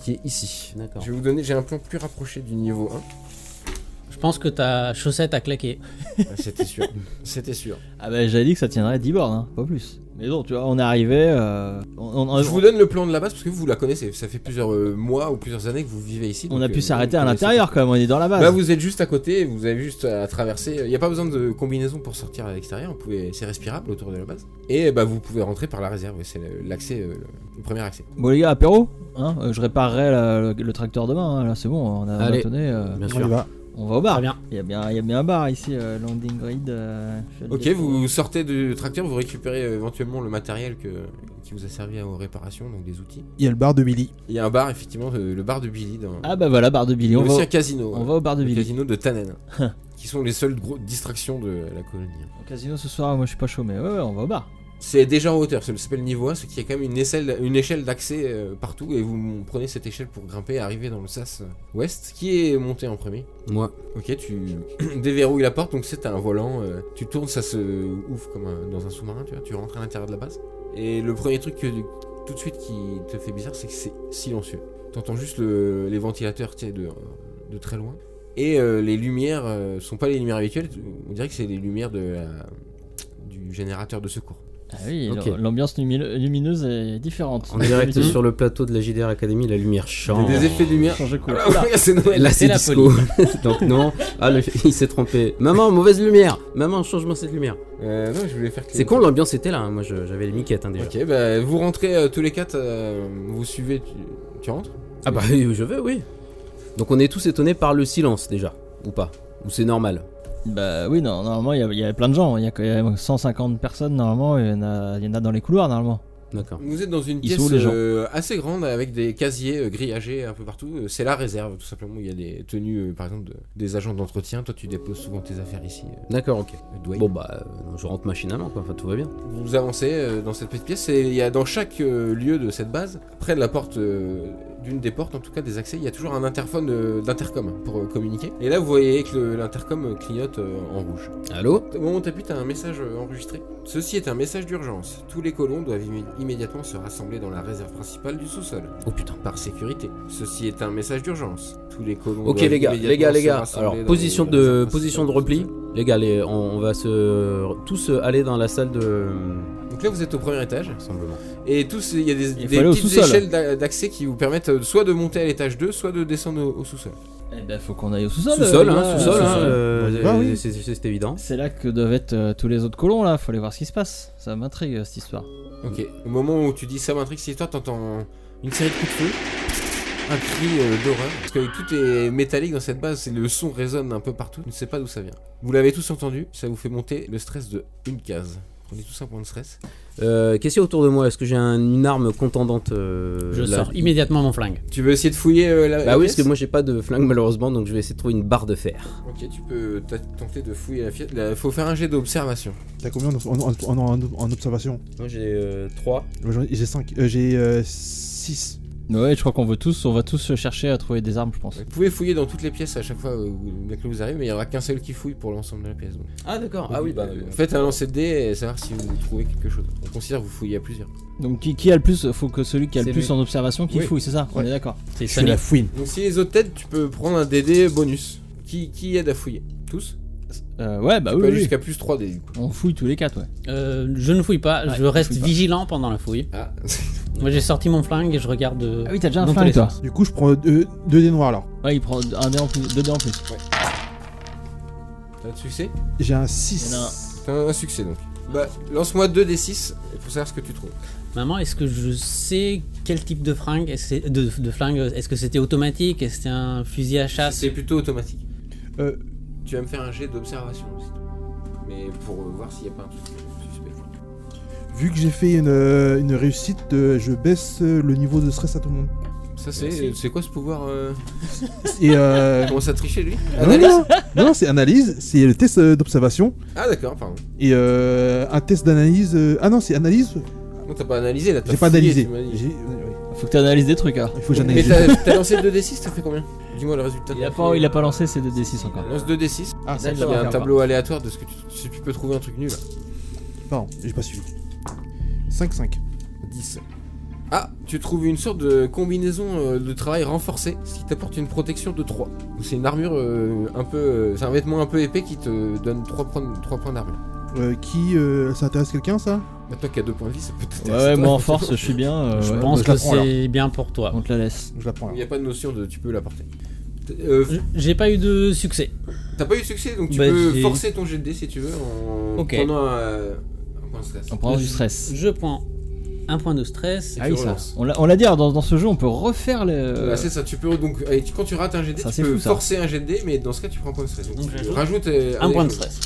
[SPEAKER 1] qui est ici.
[SPEAKER 3] D'accord.
[SPEAKER 1] Je vais vous donner, j'ai un plan plus rapproché du niveau 1.
[SPEAKER 5] Je pense que ta chaussette a claqué.
[SPEAKER 1] Ah, C'était sûr. C'était sûr.
[SPEAKER 4] Ah bah, j'avais dit que ça tiendrait 10 bornes, hein. Pas plus. Mais bon, tu vois, on est arrivé. euh, on, on-
[SPEAKER 1] Je vous donne le plan de la base parce que vous la connaissez. Ça fait plusieurs euh, mois ou plusieurs années que vous vivez ici.
[SPEAKER 4] on
[SPEAKER 1] donc,
[SPEAKER 4] a
[SPEAKER 1] euh,
[SPEAKER 4] pu
[SPEAKER 1] vous
[SPEAKER 4] s'arrêter à
[SPEAKER 1] connaissez
[SPEAKER 4] l'intérieur quand même. On est dans la base.
[SPEAKER 1] Là, vous êtes juste à côté, vous avez juste à traverser. Il n'y a pas besoin de combinaison pour sortir à l'extérieur, vous pouvez- c'est respirable autour de la base. Et bah, vous pouvez rentrer par la réserve, c'est le- l'accès, euh, le, le premier accès.
[SPEAKER 4] Bon, les gars, apéro. Hein. Euh, Je réparerai la- le, le tracteur demain. hein. Là, c'est bon. On a
[SPEAKER 3] Allez.
[SPEAKER 4] bâtonné, euh,
[SPEAKER 3] Bien
[SPEAKER 2] On y
[SPEAKER 3] sûr.
[SPEAKER 2] va.
[SPEAKER 4] On va au
[SPEAKER 5] Très
[SPEAKER 4] bar.
[SPEAKER 5] bien.
[SPEAKER 4] Il y, a bien, il y a bien un bar ici, euh, Landing Grid. euh, je le
[SPEAKER 1] Ok,
[SPEAKER 4] dis.
[SPEAKER 1] vous sortez du tracteur, vous récupérez euh, éventuellement le matériel que- qui vous a servi aux réparations, donc des outils.
[SPEAKER 2] Il y a le bar de Billy.
[SPEAKER 1] Il y a un bar, effectivement, euh, le bar de Billy. Dans...
[SPEAKER 4] Ah bah voilà, bar de Billy.
[SPEAKER 1] Il y a
[SPEAKER 4] On
[SPEAKER 1] aussi
[SPEAKER 4] va,
[SPEAKER 1] un casino.
[SPEAKER 4] on
[SPEAKER 1] hein,
[SPEAKER 4] va au bar de
[SPEAKER 1] le
[SPEAKER 4] Billy.
[SPEAKER 1] casino de Tannen, qui sont les seules grosses distractions de la colonie. hein.
[SPEAKER 4] Au casino ce soir, moi je suis pas chaud, mais ouais, ouais, on va au bar.
[SPEAKER 1] C'est déjà en hauteur, c'est s'appelle niveau 1, ce qui est quand même une échelle, une échelle d'accès euh, partout, et vous prenez cette échelle pour grimper et arriver dans le sas euh, ouest, qui est monté en premier.
[SPEAKER 3] Moi.
[SPEAKER 1] Ok, tu déverrouilles la porte, donc c'est un volant, euh, tu tournes, ça se ouvre comme un- dans un sous-marin, tu vois, tu rentres à l'intérieur de la base. Et le premier truc que, tout de suite qui te fait bizarre, c'est que c'est silencieux. T'entends juste le- les ventilateurs, tu sais, de, de très loin. Et euh, les lumières euh, sont pas les lumières habituelles, on dirait que c'est les lumières de la- du générateur de secours.
[SPEAKER 4] Ah oui,
[SPEAKER 3] Ok.
[SPEAKER 4] l'am- l'ambiance lumi- lumineuse est différente.
[SPEAKER 3] En direct
[SPEAKER 4] D'habitude.
[SPEAKER 3] sur le plateau de la JDR Academy, la lumière change.
[SPEAKER 1] Des effets de lumière.
[SPEAKER 4] Changer de couleur.
[SPEAKER 1] Ah, ouais, c'est Noël.
[SPEAKER 3] Oh. Là, c'est
[SPEAKER 5] la
[SPEAKER 3] disco. Donc, non. Ah, le- il s'est trompé. Maman, mauvaise lumière. Maman, change-moi cette lumière.
[SPEAKER 1] Euh, non, je voulais faire. que-
[SPEAKER 3] C'est con, l'ambiance était là. hein. Moi, je- j'avais les miquettes hein, déjà.
[SPEAKER 1] Ok, bah vous rentrez euh, tous les quatre, euh, vous suivez, tu, tu rentres.
[SPEAKER 3] Ah, bah, oui, je veux, oui. Donc, on est tous étonnés par le silence déjà. Ou pas. Ou c'est normal.
[SPEAKER 4] Bah oui, hein. non, normalement il y a- il y, avait plein de gens. Il y a quand même 150 personnes normalement. Il y, en a, il y en a dans les couloirs normalement.
[SPEAKER 3] D'accord.
[SPEAKER 1] Vous êtes dans une
[SPEAKER 4] Ils
[SPEAKER 1] pièce
[SPEAKER 4] sont où, les gens
[SPEAKER 1] euh, assez grande avec des casiers euh, grillagés un peu partout. Euh, C'est la réserve, tout simplement. Il y a des tenues, euh, par exemple, de- des agents d'entretien. Toi, tu déposes souvent tes affaires ici. euh,
[SPEAKER 3] D'accord, ok.
[SPEAKER 1] Dwayne.
[SPEAKER 3] Bon, bah, euh, je rentre machinalement, quoi. Enfin, tout va bien.
[SPEAKER 1] Vous avancez euh, dans cette petite pièce et il y a dans chaque euh, lieu de cette base, près de la porte, euh, d'une des portes en tout cas des accès, il y a toujours un interphone euh, d'intercom pour euh, communiquer. Et là vous voyez que le- l'intercom euh, clignote euh, en rouge.
[SPEAKER 3] Allô
[SPEAKER 1] Au moment où t'appuies, t'as un message euh, enregistré. Ceci est un message d'urgence. Tous les colons doivent immé- immédiatement se rassembler dans la réserve principale du sous-sol.
[SPEAKER 3] Oh putain.
[SPEAKER 1] Par sécurité. Ceci est un message d'urgence. Tous les colons.
[SPEAKER 3] Ok
[SPEAKER 1] doivent
[SPEAKER 3] les gars,
[SPEAKER 1] immédiatement
[SPEAKER 3] les gars, les
[SPEAKER 1] se
[SPEAKER 3] gars.
[SPEAKER 1] rassembler
[SPEAKER 3] Alors
[SPEAKER 1] dans
[SPEAKER 3] position
[SPEAKER 1] la
[SPEAKER 3] de
[SPEAKER 1] réserve
[SPEAKER 3] position de
[SPEAKER 1] principale du
[SPEAKER 3] repli. Les gars, les, on, on va se tous euh, aller dans la salle de
[SPEAKER 1] sous-sol. Donc là, vous êtes au premier étage.
[SPEAKER 3] rassemblement.
[SPEAKER 1] Et tous, il y a des,
[SPEAKER 4] Il faut
[SPEAKER 1] des
[SPEAKER 4] aller au
[SPEAKER 1] petites
[SPEAKER 4] sous-sol.
[SPEAKER 1] échelles d'a- d'accès qui vous permettent euh, soit de monter à l'étage 2, soit de descendre au, au sous-sol.
[SPEAKER 4] Eh ben, faut qu'on aille au sous-sol.
[SPEAKER 3] Sous-sol,
[SPEAKER 4] euh, les
[SPEAKER 3] hein,
[SPEAKER 4] gars,
[SPEAKER 3] sous-sol,
[SPEAKER 4] euh,
[SPEAKER 3] hein, euh,
[SPEAKER 2] On y va, oui.
[SPEAKER 3] euh, c'est- c'est c'est évident.
[SPEAKER 4] C'est là que doivent être euh, tous les autres colons, là. Faut aller voir ce qui se passe. Ça m'intrigue, euh, cette histoire.
[SPEAKER 1] Ok. Au moment où tu dis ça m'intrigue cette histoire, t'entends une série de coups de feu, un cri euh, d'horreur. Parce que tout est métallique dans cette base, et le son résonne un peu partout. Je ne sais pas d'où ça vient. Vous l'avez tous entendu, ça vous fait monter le stress de une case. On est tous un point de stress.
[SPEAKER 3] Euh, Qu'est-ce qu'il y a autour de moi Est-ce que j'ai un- une arme contendante euh,
[SPEAKER 5] Je
[SPEAKER 3] là
[SPEAKER 5] sors immédiatement mon flingue.
[SPEAKER 1] Tu veux essayer de fouiller euh, la.
[SPEAKER 3] Bah
[SPEAKER 1] la
[SPEAKER 3] oui, parce
[SPEAKER 1] pièce
[SPEAKER 3] que moi j'ai pas de flingue malheureusement, donc je vais essayer de trouver une barre de fer.
[SPEAKER 1] Ok, tu peux t'as- tenter de fouiller la pièce. Il faut faire un jet d'observation.
[SPEAKER 2] T'as combien en, en- en- en- en observation
[SPEAKER 3] Moi j'ai 3.
[SPEAKER 2] Moi, j'en ai- J'ai 5. j'ai euh, 6.
[SPEAKER 4] Ouais, je crois qu'on veut tous, on va tous euh, chercher à trouver des armes, je pense.
[SPEAKER 1] Vous pouvez fouiller dans toutes les pièces à chaque fois où- dès que vous arrivez, mais il n'y aura qu'un seul qui fouille pour l'ensemble de la pièce. donc.
[SPEAKER 3] Ah d'accord. Ah oui, bah.
[SPEAKER 1] Euh, faites un lancer de dés et savoir si vous trouvez quelque chose. On considère que vous fouillez à plusieurs.
[SPEAKER 4] Donc, qui, qui a le plus Faut que celui qui a le
[SPEAKER 3] C'est
[SPEAKER 4] plus
[SPEAKER 3] lui.
[SPEAKER 4] en observation qui
[SPEAKER 1] Oui.
[SPEAKER 4] fouille, c'est ça On
[SPEAKER 2] Ouais.
[SPEAKER 4] est d'accord.
[SPEAKER 5] C'est
[SPEAKER 2] Je suis la
[SPEAKER 5] Sonic.
[SPEAKER 2] fouine.
[SPEAKER 1] Donc si les autres têtes, tu peux prendre un DD bonus. Qui, qui aide à fouiller Tous
[SPEAKER 4] Euh, ouais, bah
[SPEAKER 1] Tu
[SPEAKER 4] oui,
[SPEAKER 1] peux aller
[SPEAKER 4] oui.
[SPEAKER 1] jusqu'à plus 3 dés du coup.
[SPEAKER 4] On fouille tous les quatre, ouais.
[SPEAKER 5] Euh, je ne fouille pas,
[SPEAKER 4] Ouais,
[SPEAKER 5] je reste
[SPEAKER 4] fouille pas.
[SPEAKER 5] vigilant pendant la fouille.
[SPEAKER 1] Ah,
[SPEAKER 5] Moi j'ai sorti mon flingue et je regarde. euh,
[SPEAKER 4] Ah oui, t'as déjà un
[SPEAKER 5] dans tous
[SPEAKER 4] flingue,
[SPEAKER 5] les
[SPEAKER 4] toi.
[SPEAKER 5] sens.
[SPEAKER 2] Du coup, je prends 2 dés noirs alors.
[SPEAKER 4] Ouais, il prend un dé en plus, deux dés en plus.
[SPEAKER 1] t'as un succès
[SPEAKER 2] J'ai un
[SPEAKER 4] Il y en a un.
[SPEAKER 2] 6.
[SPEAKER 1] T'as un, un succès donc. Bah, lance-moi 2 d 6 pour savoir ce que tu trouves.
[SPEAKER 5] Maman, est-ce que je sais quel type de flingue est-ce que c'est- de, de flingue Est-ce que c'était automatique Est-ce que c'était un fusil à chasse
[SPEAKER 1] C'est plutôt automatique.
[SPEAKER 2] Euh.
[SPEAKER 1] Tu vas me faire un jet d'observation aussi. Mais pour euh, voir s'il n'y a pas un truc suspect.
[SPEAKER 2] Vu que j'ai fait une, euh, une réussite, euh, je baisse euh, le niveau de stress à tout le monde.
[SPEAKER 1] Ça c'est c'est quoi ce pouvoir euh, Ah
[SPEAKER 2] Et euh,
[SPEAKER 1] Comment ça tricher lui
[SPEAKER 2] non, non, non, non, c'est analyse, c'est le test euh, d'observation.
[SPEAKER 1] Ah d'accord, pardon.
[SPEAKER 2] Et euh, un test d'analyse. euh, Ah non, c'est analyse.
[SPEAKER 1] Non, t'as pas analysé là, t'as
[SPEAKER 2] J'ai pas
[SPEAKER 1] fouillé,
[SPEAKER 2] analysé.
[SPEAKER 1] tu m'as dit.
[SPEAKER 2] J'ai- ouais, ouais.
[SPEAKER 4] Faut que t'analyses des trucs, hein.
[SPEAKER 2] Il faut que
[SPEAKER 1] Mais
[SPEAKER 2] j'analyse.
[SPEAKER 1] t'as t'as lancé 2d6, t'as fait combien Dis-moi le résultat.
[SPEAKER 4] Il a pas, il a pas lancé ses deux D6 encore.
[SPEAKER 1] Lance 2d6.
[SPEAKER 2] Ah,
[SPEAKER 1] Il
[SPEAKER 4] ça,
[SPEAKER 1] y
[SPEAKER 4] je vais
[SPEAKER 1] a un
[SPEAKER 4] faire
[SPEAKER 1] tableau aléatoire de ce que tu, si tu peux trouver un truc nul.
[SPEAKER 2] Pardon, j'ai pas suivi. 5-5.
[SPEAKER 1] 10. Ah, tu trouves une sorte de combinaison euh, de travail renforcée, ce qui t'apporte une protection de 3. Ou C'est une armure euh, un peu. euh, C'est un vêtement un peu épais qui te donne 3 points, trois points d'armure.
[SPEAKER 2] Euh, qui. euh, ça intéresse quelqu'un ça
[SPEAKER 1] Bah, toi qui as 2 points de vie, ça peut
[SPEAKER 4] Ouais,
[SPEAKER 1] t'intéresser.
[SPEAKER 4] ouais,
[SPEAKER 1] toi.
[SPEAKER 4] moi en force, je suis bien. euh,
[SPEAKER 5] Je
[SPEAKER 4] ouais.
[SPEAKER 5] pense
[SPEAKER 2] bah, je la
[SPEAKER 5] que
[SPEAKER 2] prends, alors.
[SPEAKER 5] c'est bien pour toi.
[SPEAKER 4] On te la laisse.
[SPEAKER 2] Je la prends
[SPEAKER 1] Il
[SPEAKER 2] là.
[SPEAKER 1] n'y a pas de notion de tu peux l'apporter. T- euh,
[SPEAKER 5] Je- J'ai pas eu de succès.
[SPEAKER 1] T'as pas eu de succès, donc tu
[SPEAKER 5] Bah,
[SPEAKER 1] peux
[SPEAKER 5] j'ai-
[SPEAKER 1] forcer ton jet de dés si tu veux en
[SPEAKER 5] Ok.
[SPEAKER 1] prenant euh, un point de stress.
[SPEAKER 4] On prend du stress.
[SPEAKER 5] Je prends un point de stress.
[SPEAKER 1] Et
[SPEAKER 4] Ah
[SPEAKER 1] tu
[SPEAKER 4] oui, ça.
[SPEAKER 1] relances.
[SPEAKER 4] On l'a on l'a dit, hein, dans, dans ce jeu, on peut refaire le.
[SPEAKER 1] Bah, c'est ça, tu peux donc et tu- quand tu rates un GD,
[SPEAKER 4] Euh, Ça,
[SPEAKER 1] tu
[SPEAKER 4] c'est
[SPEAKER 1] peux
[SPEAKER 4] fou, ça.
[SPEAKER 1] forcer un GD, mais dans ce cas tu prends un point de stress. Donc,
[SPEAKER 5] Donc,
[SPEAKER 1] tu
[SPEAKER 5] j'ajoute
[SPEAKER 1] rajoutes euh,
[SPEAKER 5] Un point de
[SPEAKER 1] quelque
[SPEAKER 5] stress.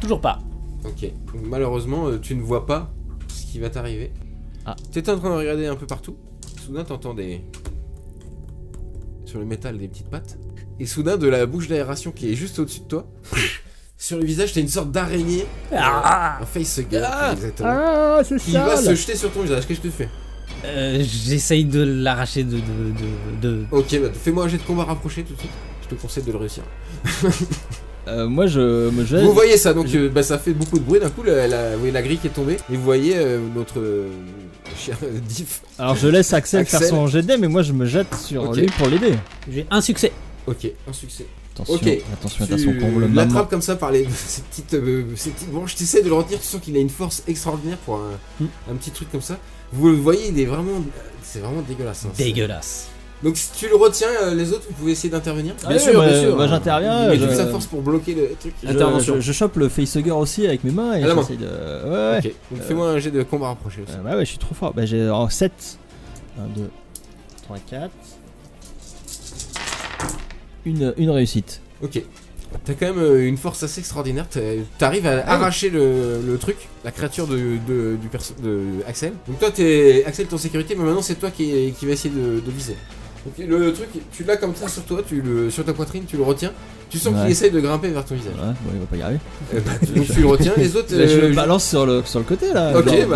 [SPEAKER 5] Toujours pas.
[SPEAKER 1] chose. Ok. Donc, malheureusement, euh, tu ne vois pas ce qui va t'arriver.
[SPEAKER 4] Ah.
[SPEAKER 1] T'étais en train de regarder un peu partout. Soudain, t'entends des sur le métal des petites pattes. Et soudain, de la bouche d'aération qui est juste au-dessus de toi, sur le visage, t'as une sorte d'araignée,
[SPEAKER 5] Ah
[SPEAKER 1] un face gun, exactement,
[SPEAKER 4] Ah, c'est
[SPEAKER 1] qui va se jeter sur ton visage. Qu'est-ce que tu fais
[SPEAKER 5] Euh, J'essaye de l'arracher de, de, de, de-
[SPEAKER 1] Ok, bah, fais-moi un jet de combat rapproché tout de suite. Je te conseille de le réussir.
[SPEAKER 4] Euh, moi, je. Moi, je...
[SPEAKER 1] Vous voyez ça, donc euh, bah, ça fait beaucoup de bruit d'un coup, la, la, vous voyez la grille qui est tombée, et vous voyez euh, notre euh, chien euh, Diff.
[SPEAKER 4] Alors, je laisse Axel, faire
[SPEAKER 1] Axel.
[SPEAKER 4] son GD, mais moi, je me jette sur
[SPEAKER 1] Ok.
[SPEAKER 4] lui pour l'aider.
[SPEAKER 5] J'ai un succès.
[SPEAKER 1] Ok, un succès.
[SPEAKER 4] Attention,
[SPEAKER 1] Ok.
[SPEAKER 4] attention, attention, combo le
[SPEAKER 1] Tu
[SPEAKER 4] maman.
[SPEAKER 1] l'attrapes comme ça par les, ces, petites, euh, ces petites branches, tu essaies de le retenir, tu sens qu'il a une force extraordinaire pour un,
[SPEAKER 4] Hmm.
[SPEAKER 5] Mm.
[SPEAKER 1] un petit truc comme ça. Vous le voyez, il est vraiment... C'est vraiment dégueulasse. hein, c'est-
[SPEAKER 5] Dégueulasse.
[SPEAKER 1] Donc si tu le retiens, euh, les autres, vous pouvez essayer d'intervenir.
[SPEAKER 4] Ah oui, moi, moi, j'interviens,
[SPEAKER 1] Mais
[SPEAKER 4] je-
[SPEAKER 1] toute sa force pour bloquer le truc.
[SPEAKER 4] Je,
[SPEAKER 1] Intervention.
[SPEAKER 4] je, je chope le facehugger aussi avec mes mains et
[SPEAKER 1] À la main.
[SPEAKER 4] j'essaye de. Ouais, ouais.
[SPEAKER 1] Ok, donc fais-moi un jet de combat rapproché aussi.
[SPEAKER 4] Euh, ouais, ouais, je suis trop fort. Bah, j'ai en 7. 1, 2, 3, 4. Une, une réussite.
[SPEAKER 1] Ok. T'as quand même euh, une force assez extraordinaire. t'as- T'arrives à arracher le, le truc, la créature de, de- du perso- de Axel. Donc toi, t'es Axel, ton sécurité, mais maintenant c'est toi qui, qui va essayer de, de viser. Donc le truc, tu l'as comme ça sur toi, tu le, sur ta poitrine, tu le retiens. Tu sens qu'il
[SPEAKER 4] Ouais.
[SPEAKER 1] essaye de grimper vers ton visage.
[SPEAKER 4] Ouais, bon, il va pas y arriver.
[SPEAKER 1] Euh, bah, tu- donc tu le retiens, les autres.
[SPEAKER 4] Là, je
[SPEAKER 1] euh,
[SPEAKER 4] le balance sur le, sur le côté là.
[SPEAKER 1] Ok,
[SPEAKER 4] genre, euh,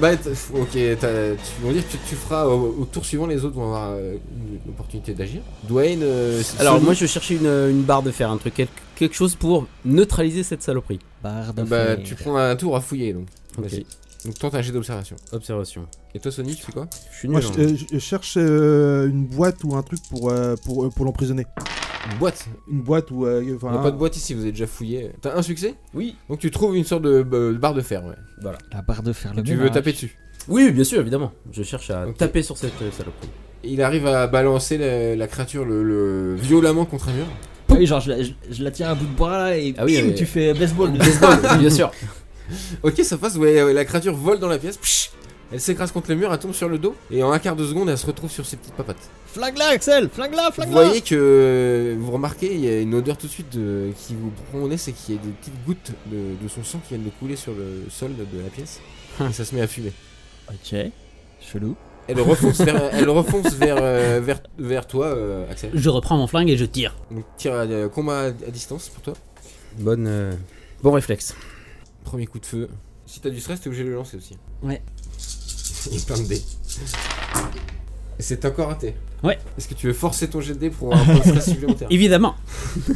[SPEAKER 1] bah, bah,
[SPEAKER 4] ouais,
[SPEAKER 1] t- ok, t'as- tu vont dire que tu, tu feras au, au tour suivant, les autres vont avoir euh, une une opportunité d'agir. Dwayne, euh,
[SPEAKER 3] Alors
[SPEAKER 1] Sony,
[SPEAKER 3] moi je cherchais une, une barre de fer, un truc, quel- quelque chose pour neutraliser cette saloperie.
[SPEAKER 4] Barre de
[SPEAKER 1] bah,
[SPEAKER 4] fer.
[SPEAKER 1] tu prends un tour à fouiller donc.
[SPEAKER 3] Ok.
[SPEAKER 1] Vas-y. Donc toi t'as un jet d'observation.
[SPEAKER 3] Observation.
[SPEAKER 1] Et toi Sony, tu fais quoi
[SPEAKER 3] Je suis
[SPEAKER 2] Moi,
[SPEAKER 3] nul.
[SPEAKER 2] je,
[SPEAKER 3] hein.
[SPEAKER 2] euh, je- je cherche euh, une boîte ou un truc pour, euh, pour, euh, pour l'emprisonner.
[SPEAKER 1] Une boîte.
[SPEAKER 2] Une boîte ou. euh,
[SPEAKER 1] On
[SPEAKER 2] enfin,
[SPEAKER 1] a pas de
[SPEAKER 2] un-
[SPEAKER 1] boîte ici, vous avez déjà fouillé. T'as un succès
[SPEAKER 3] Oui.
[SPEAKER 1] Donc tu trouves une sorte de, euh, de barre de fer, ouais.
[SPEAKER 4] La barre de fer, le hein.
[SPEAKER 1] tu veux
[SPEAKER 4] ménage.
[SPEAKER 1] taper dessus.
[SPEAKER 3] Oui, bien sûr, évidemment. Je cherche à
[SPEAKER 1] Ok.
[SPEAKER 3] taper sur cette euh, saloperie.
[SPEAKER 1] Et il arrive à balancer la, la créature le, le- violemment contre un mur.
[SPEAKER 4] Ah oui, genre je la, je- je la tiens à bout de bras là et
[SPEAKER 3] Ah oui,
[SPEAKER 4] bim,
[SPEAKER 3] oui.
[SPEAKER 4] tu fais baseball.
[SPEAKER 3] Baseball, Ah, bien sûr.
[SPEAKER 1] Ok, ça passe, ouais, ouais, la créature vole dans la pièce. psh, elle s'écrase contre le mur, elle tombe sur le dos. Et en un quart de seconde, elle se retrouve sur ses petites papates.
[SPEAKER 4] flingue là, Axel, flingue là,
[SPEAKER 1] Vous
[SPEAKER 4] flingue là.
[SPEAKER 1] voyez que vous remarquez, il y a une odeur tout de suite de- qui vous prend au nez, c'est qu'il y a des petites gouttes de, de son sang qui viennent de couler sur le sol de, de la pièce.
[SPEAKER 3] Hein.
[SPEAKER 1] Et ça se met à fumer.
[SPEAKER 4] Ok, chelou.
[SPEAKER 1] Elle refonce vers, elle refonce vers, euh, vers, vers toi, euh, Axel.
[SPEAKER 5] Je reprends mon flingue et je tire.
[SPEAKER 1] Donc tire à, euh, combat à, à distance pour toi.
[SPEAKER 3] Bonne, euh, bon réflexe.
[SPEAKER 1] Premier coup de feu. Si t'as du stress, t'es obligé de le lancer aussi.
[SPEAKER 5] Ouais.
[SPEAKER 1] Il est plein de dés. Et c'est encore raté.
[SPEAKER 5] Ouais.
[SPEAKER 1] Est-ce que tu veux forcer ton jet de dés pour avoir un point de stress supplémentaire
[SPEAKER 5] Évidemment.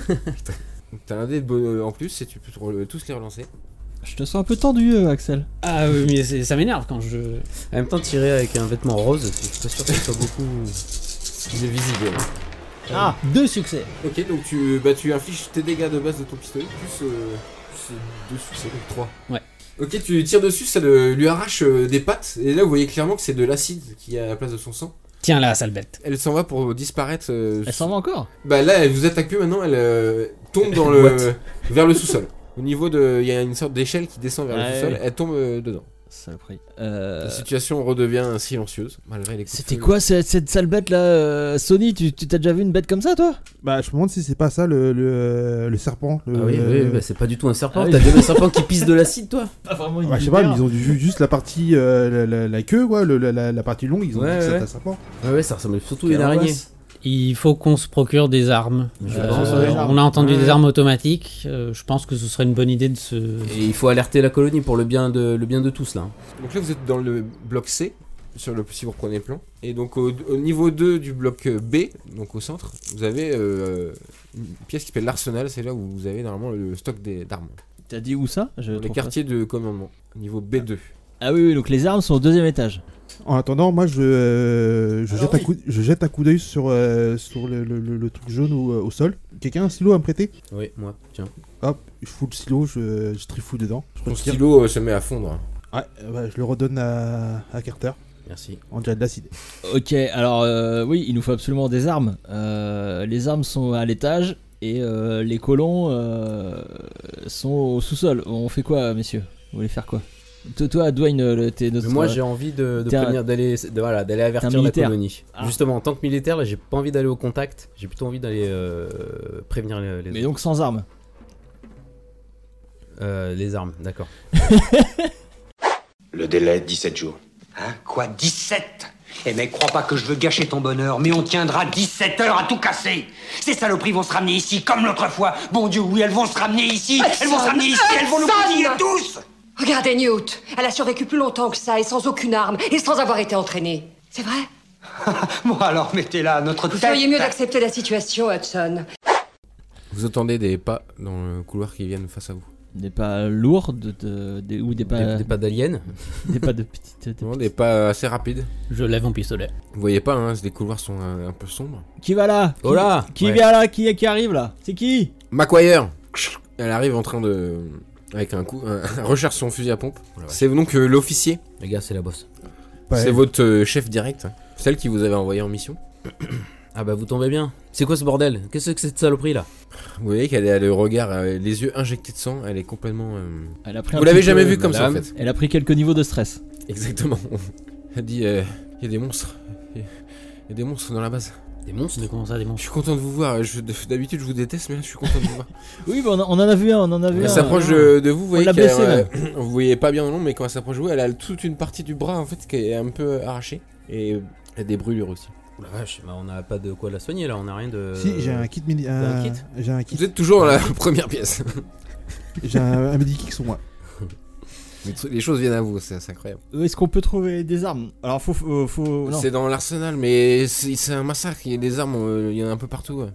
[SPEAKER 1] Donc, T'as un dé de bon- en plus et tu peux te re- tous les relancer.
[SPEAKER 4] Je te sens un peu tendu, euh, Axel.
[SPEAKER 5] Ah oui, mais c'est- ça m'énerve quand je.
[SPEAKER 3] En même temps, tirer avec un vêtement rose, je suis pas sûr que ce soit beaucoup.
[SPEAKER 1] Il est visible. ouais.
[SPEAKER 4] Ah, deux succès.
[SPEAKER 1] Ok, donc tu, bah, tu infliges tes dégâts de base de ton pistolet, plus, euh, plus, euh, deux succès, donc trois.
[SPEAKER 5] Ouais.
[SPEAKER 1] Ok, tu tires dessus, ça le- lui arrache euh, des pattes, et là vous voyez clairement que c'est de l'acide qui est à la place de son sang.
[SPEAKER 5] Tiens là, sale bête.
[SPEAKER 1] Elle s'en va pour disparaître. euh,
[SPEAKER 4] Elle s'en va encore.
[SPEAKER 1] Bah là, elle vous attaque plus maintenant, elle euh, tombe dans le. vers le sous-sol. Au niveau de. Il y a une sorte d'échelle qui descend vers le
[SPEAKER 4] Ouais.
[SPEAKER 1] sous-sol, elle tombe euh, dedans.
[SPEAKER 4] Saloperie.
[SPEAKER 1] La
[SPEAKER 4] Euh...
[SPEAKER 1] situation redevient silencieuse, malgré les coups de
[SPEAKER 4] C'était
[SPEAKER 1] feu.
[SPEAKER 4] quoi cette, cette sale bête là, euh, Sony Tu tu t'as déjà vu une bête comme ça, toi
[SPEAKER 2] Bah, je me demande si c'est pas ça le, le, le serpent. Le,
[SPEAKER 3] Ah oui, oui,
[SPEAKER 2] le-
[SPEAKER 3] bah, c'est pas du tout un serpent.
[SPEAKER 4] Ah oui.
[SPEAKER 3] T'as vu un serpent qui pisse de l'acide, toi
[SPEAKER 4] Pas vraiment une
[SPEAKER 2] Ouais, je sais pas, mais ils ont ju- juste la partie. euh, la, la- la queue, quoi, le- la, la- la partie longue, ils ont
[SPEAKER 3] Ouais,
[SPEAKER 2] dit que
[SPEAKER 3] ouais,
[SPEAKER 2] c'était
[SPEAKER 3] ouais.
[SPEAKER 2] un serpent.
[SPEAKER 3] Ah Ouais, ouais, ça ressemble surtout à une araignée.
[SPEAKER 5] Il faut qu'on se procure des armes.
[SPEAKER 3] Je
[SPEAKER 5] Euh,
[SPEAKER 3] pense,
[SPEAKER 2] ouais.
[SPEAKER 5] on a entendu
[SPEAKER 3] Ouais.
[SPEAKER 5] des armes automatiques. euh, je pense que ce serait une bonne idée de se.
[SPEAKER 3] Et il faut alerter la colonie pour le bien de, le bien de tous, là. hein.
[SPEAKER 1] Donc là, vous êtes dans le bloc C, sur le, si vous reprenez le plan. Et donc au, au niveau 2 du bloc euh, B, donc au centre, vous avez euh, une pièce qui s'appelle l'arsenal, c'est là où vous avez normalement le stock des- d'armes.
[SPEAKER 4] T'as dit où ça je
[SPEAKER 1] Les
[SPEAKER 4] trouve
[SPEAKER 1] quartiers de commandement, au niveau B2.
[SPEAKER 4] pas. Ah oui, oui, donc les armes sont au deuxième étage.
[SPEAKER 2] En attendant, moi, je, euh,
[SPEAKER 1] Ah
[SPEAKER 2] je, jette, un coup, je jette un coup d'œil sur, euh, sur le, le- le- le truc jaune au, euh, au sol. Quelqu'un a un stylo à me prêter
[SPEAKER 3] Oui, moi, tiens.
[SPEAKER 2] Hop, je fous le stylo, je, je trifouille dedans. Je
[SPEAKER 1] Ton
[SPEAKER 2] retire.
[SPEAKER 1] stylo euh, se met à fondre.
[SPEAKER 2] Ouais, euh, bah, je le redonne à, à Carter.
[SPEAKER 3] Merci.
[SPEAKER 2] On dirait de l'acide.
[SPEAKER 4] Ok, alors euh, oui, il nous faut absolument des armes. Euh, les armes sont à l'étage et euh, les colons euh, sont au sous-sol. On fait quoi, messieurs Vous voulez faire quoi Toi, toi, Dwayne, euh, le- t'es notre.
[SPEAKER 3] Mais moi, j'ai envie de, de
[SPEAKER 4] T'es un-
[SPEAKER 3] prévenir, d'aller de- voilà, d'aller avertir la
[SPEAKER 4] militaire.
[SPEAKER 3] colonie.
[SPEAKER 4] Ah.
[SPEAKER 3] Justement, en tant que militaire, là, j'ai pas envie d'aller au contact. J'ai plutôt envie d'aller euh, prévenir les, les,
[SPEAKER 4] Mais donc sans armes.
[SPEAKER 3] euh, les armes, d'accord.
[SPEAKER 6] Le délai, 17 jours.
[SPEAKER 9] Hein Quoi 17 Eh mec, crois pas que je veux gâcher ton bonheur, mais on tiendra 17 heures à tout casser Ces saloperies vont se ramener ici, comme l'autre fois Bon Dieu, oui, elles vont se ramener ici Elles vont se ramener ici, elles vont nous
[SPEAKER 8] Hudson
[SPEAKER 9] bousiller tous
[SPEAKER 8] Regardez Newt, elle a survécu plus longtemps que ça et sans aucune arme et sans avoir été entraînée. C'est vrai
[SPEAKER 9] Bon alors, mettez-la à notre
[SPEAKER 8] Vous
[SPEAKER 9] tête
[SPEAKER 8] feriez mieux d'accepter la situation, Hudson.
[SPEAKER 1] Vous entendez des pas dans le couloir qui viennent face à vous.
[SPEAKER 4] Des pas lourds de, de- des- ou des pas
[SPEAKER 3] Des, des pas d'aliens
[SPEAKER 4] des pas de petites. des-
[SPEAKER 1] Vraiment des pas assez rapides.
[SPEAKER 5] Je lève mon pistolet.
[SPEAKER 1] Vous voyez pas, hein, les couloirs sont un, un peu sombres.
[SPEAKER 4] Qui va là Qui-
[SPEAKER 3] Oh là
[SPEAKER 4] Qui
[SPEAKER 1] Ouais.
[SPEAKER 4] vient là Qui est qui arrive là C'est qui
[SPEAKER 1] McQuire Elle arrive en train de. Avec un coup. Un, recherche son fusil à pompe. C'est donc euh, l'officier
[SPEAKER 3] Les gars, c'est la bosse.
[SPEAKER 2] Pas
[SPEAKER 1] C'est
[SPEAKER 2] elle.
[SPEAKER 1] votre euh, chef direct, hein. celle qui vous avait envoyé en mission.
[SPEAKER 3] Ah bah, vous tombez bien. C'est quoi ce bordel Qu'est-ce que c'est que cette saloperie, là
[SPEAKER 1] Vous voyez qu'elle a le regard, euh, les yeux injectés de sang, elle est complètement. euh,
[SPEAKER 4] Elle a pris un
[SPEAKER 1] Vous l'avez
[SPEAKER 4] petit peu-
[SPEAKER 1] jamais vue comme ça en
[SPEAKER 3] madame.
[SPEAKER 1] fait.
[SPEAKER 4] Elle a pris quelques niveaux de stress.
[SPEAKER 1] euh, Exactement. Elle dit, il y a des monstres. Il y, a des monstres dans la base.
[SPEAKER 3] Des monstres
[SPEAKER 5] De comment ça, des
[SPEAKER 1] Je
[SPEAKER 5] monstres
[SPEAKER 1] suis content de vous voir. Je- D'habitude, je vous déteste, mais là, je suis content de vous voir.
[SPEAKER 4] Oui, bah, on, en- on en a vu un, on en a vu
[SPEAKER 1] Elle
[SPEAKER 4] un.
[SPEAKER 1] s'approche de, de vous, vous voyez
[SPEAKER 4] l'a
[SPEAKER 1] qu'elle,
[SPEAKER 4] blessée,
[SPEAKER 1] euh, vous voyez pas bien le nom, mais quand elle s'approche de vous, elle a toute une partie du bras en fait qui est un peu arrachée et elle a des brûlures aussi.
[SPEAKER 3] Ouh la vache, bah, on n'a pas de quoi la soigner là, on n'a rien de.
[SPEAKER 2] Si,
[SPEAKER 1] euh,
[SPEAKER 2] j'ai un kit mini.
[SPEAKER 3] un
[SPEAKER 2] un-
[SPEAKER 3] kit
[SPEAKER 2] J'ai un kit.
[SPEAKER 1] Vous êtes toujours dans la première pièce.
[SPEAKER 2] J'ai un, un midi kit sur moi.
[SPEAKER 1] Les trucs- Les choses viennent à vous, c'est c'est incroyable.
[SPEAKER 4] Euh, Est-ce qu'on peut trouver des armes Alors, faut. faut, faut- Oh, non.
[SPEAKER 1] C'est dans l'arsenal, mais c'est c'est un massacre. Il y a des armes, euh, il y en a un peu partout. ouais.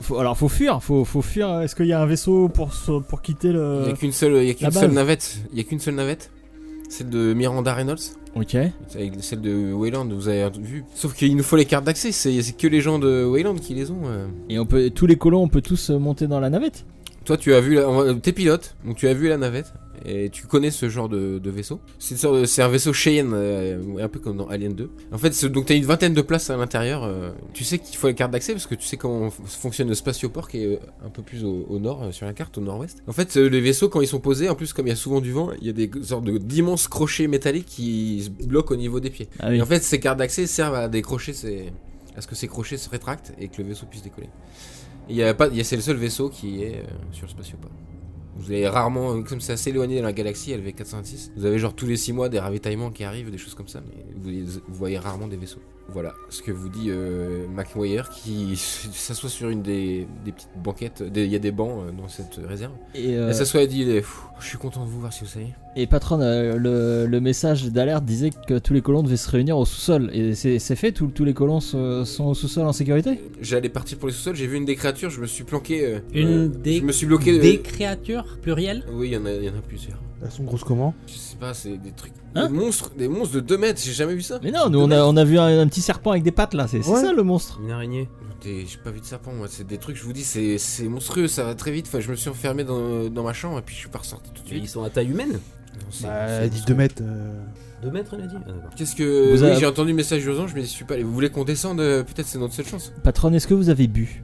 [SPEAKER 4] Faut- alors, faut fuir, faut, faut fuir. Est-ce qu'il y a un vaisseau pour, se- pour quitter
[SPEAKER 1] Il y a
[SPEAKER 4] le.
[SPEAKER 1] qu'une seule, il y a qu'une
[SPEAKER 4] Euh, la
[SPEAKER 1] seule
[SPEAKER 4] base.
[SPEAKER 1] navette. Il y a qu'une seule navette. Celle de Miranda Reynolds,
[SPEAKER 4] Ok.
[SPEAKER 1] avec celle de Wayland, vous avez vu. Sauf qu'il nous faut les cartes d'accès, c'est c'est que les gens de Wayland qui les ont. euh.
[SPEAKER 4] Et on peut, tous les colons, on peut tous euh, monter dans la navette
[SPEAKER 1] Toi, tu as vu, la... on va- t'es pilote, donc tu as vu la navette et tu connais ce genre de, de vaisseau. C'est une sorte de- c'est un vaisseau Cheyenne, euh, un peu comme dans Alien 2. En fait, c'est- donc t'as une vingtaine de places à l'intérieur. euh, tu sais qu'il faut les cartes d'accès parce que tu sais comment f- fonctionne le spatioport qui est euh, un peu plus au, au nord euh, sur la carte, au nord-ouest. En fait, euh, les vaisseaux quand ils sont posés, en plus comme il y a souvent du vent, il y a des sortes de d'immenses crochets métalliques qui se bloquent au niveau des pieds.
[SPEAKER 4] Ah
[SPEAKER 1] Et
[SPEAKER 4] oui.
[SPEAKER 1] en fait, ces cartes d'accès servent à décrocher ces... à ce que ces crochets se rétractent et que le vaisseau puisse décoller. Il y a pas, il y a- c'est le seul vaisseau qui est euh, sur le spatioport. Vous avez rarement, euh, comme c'est assez éloigné de la galaxie, LV406, vous avez genre tous les 6 mois des ravitaillements qui arrivent, des choses comme ça, mais vous, vous voyez rarement des vaisseaux. Voilà ce que vous dit euh, McWire qui s'assoit sur une des, des petites banquettes, des- il y a des bancs euh, dans cette réserve.
[SPEAKER 4] Et, euh,
[SPEAKER 1] Elle s'assoit et dit Pfff, Je suis content de vous voir si vous savez.
[SPEAKER 4] et patron, euh, le, le message d'alerte disait que tous les colons devaient se réunir au sous-sol. Et c'est c'est fait tous- Tous les colons se- sont au sous-sol en sécurité
[SPEAKER 1] J'allais partir pour les sous-sols, j'ai vu une des créatures, je me suis planqué. euh, euh,
[SPEAKER 5] Une des,
[SPEAKER 1] Je me suis bloqué. euh,
[SPEAKER 5] des créatures plurielles
[SPEAKER 1] Oui, il y, en a- il y en a plusieurs.
[SPEAKER 2] Elles sont grosses comment
[SPEAKER 1] Je sais pas, c'est des trucs.
[SPEAKER 4] Hein
[SPEAKER 1] des monstres, des monstres de 2 mètres, j'ai jamais vu ça.
[SPEAKER 4] Mais non, nous on a, on a vu un, un petit serpent avec des pattes là, c'est c'est
[SPEAKER 2] Ouais.
[SPEAKER 4] ça le monstre
[SPEAKER 3] Une araignée.
[SPEAKER 1] Des- J'ai pas vu de serpent, moi. C'est des trucs, je vous dis, c'est c'est monstrueux, ça va très vite. Enfin, je me suis enfermé dans, dans ma chambre et puis je suis pas ressorti tout de
[SPEAKER 3] Mais ils
[SPEAKER 1] suite.
[SPEAKER 3] sont à taille humaine
[SPEAKER 1] Non, c'est-
[SPEAKER 2] Bah,
[SPEAKER 1] c'est
[SPEAKER 2] dit
[SPEAKER 1] monstrueux.
[SPEAKER 2] 2 mètres. euh,
[SPEAKER 3] 2 mètres, elle a dit Ah, d'accord.
[SPEAKER 1] Qu'est-ce que.
[SPEAKER 4] Vous
[SPEAKER 1] oui,
[SPEAKER 4] avez-
[SPEAKER 1] j'ai entendu le message urgent, je me suis pas allé. Vous voulez qu'on descende euh, Peut-être c'est notre seule chance.
[SPEAKER 4] Patron, est-ce que vous avez bu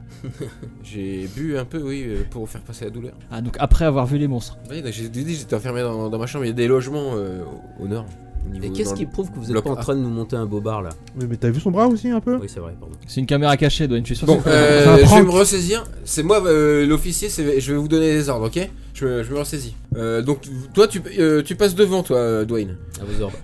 [SPEAKER 1] J'ai bu un peu, oui, euh, pour faire passer la douleur.
[SPEAKER 4] Ah, donc après avoir vu les monstres.
[SPEAKER 1] Oui, donc j'ai dit, j'étais enfermé dans, dans ma chambre. Il y a des logements euh, au- au nord. au niveau-
[SPEAKER 3] Et qu'est-ce
[SPEAKER 1] dans
[SPEAKER 3] qui
[SPEAKER 1] le-
[SPEAKER 3] prouve que vous êtes
[SPEAKER 1] bloc
[SPEAKER 3] pas en
[SPEAKER 1] A.
[SPEAKER 3] train de nous monter un bobard là
[SPEAKER 2] Oui, mais t'as vu son bras aussi un peu
[SPEAKER 3] Oui, c'est vrai, pardon.
[SPEAKER 4] C'est une caméra cachée, Dwayne, je suis sûr
[SPEAKER 1] Bon,
[SPEAKER 4] que c'est-
[SPEAKER 2] C'est un
[SPEAKER 1] euh, je vais
[SPEAKER 2] prank.
[SPEAKER 1] me ressaisir. C'est moi euh, l'officier, c'est- je vais vous donner les ordres, ok je, me- je me ressaisis. Euh, donc, tu- toi, tu, euh, tu passes devant, toi, euh, Dwayne.
[SPEAKER 3] À vos ordres.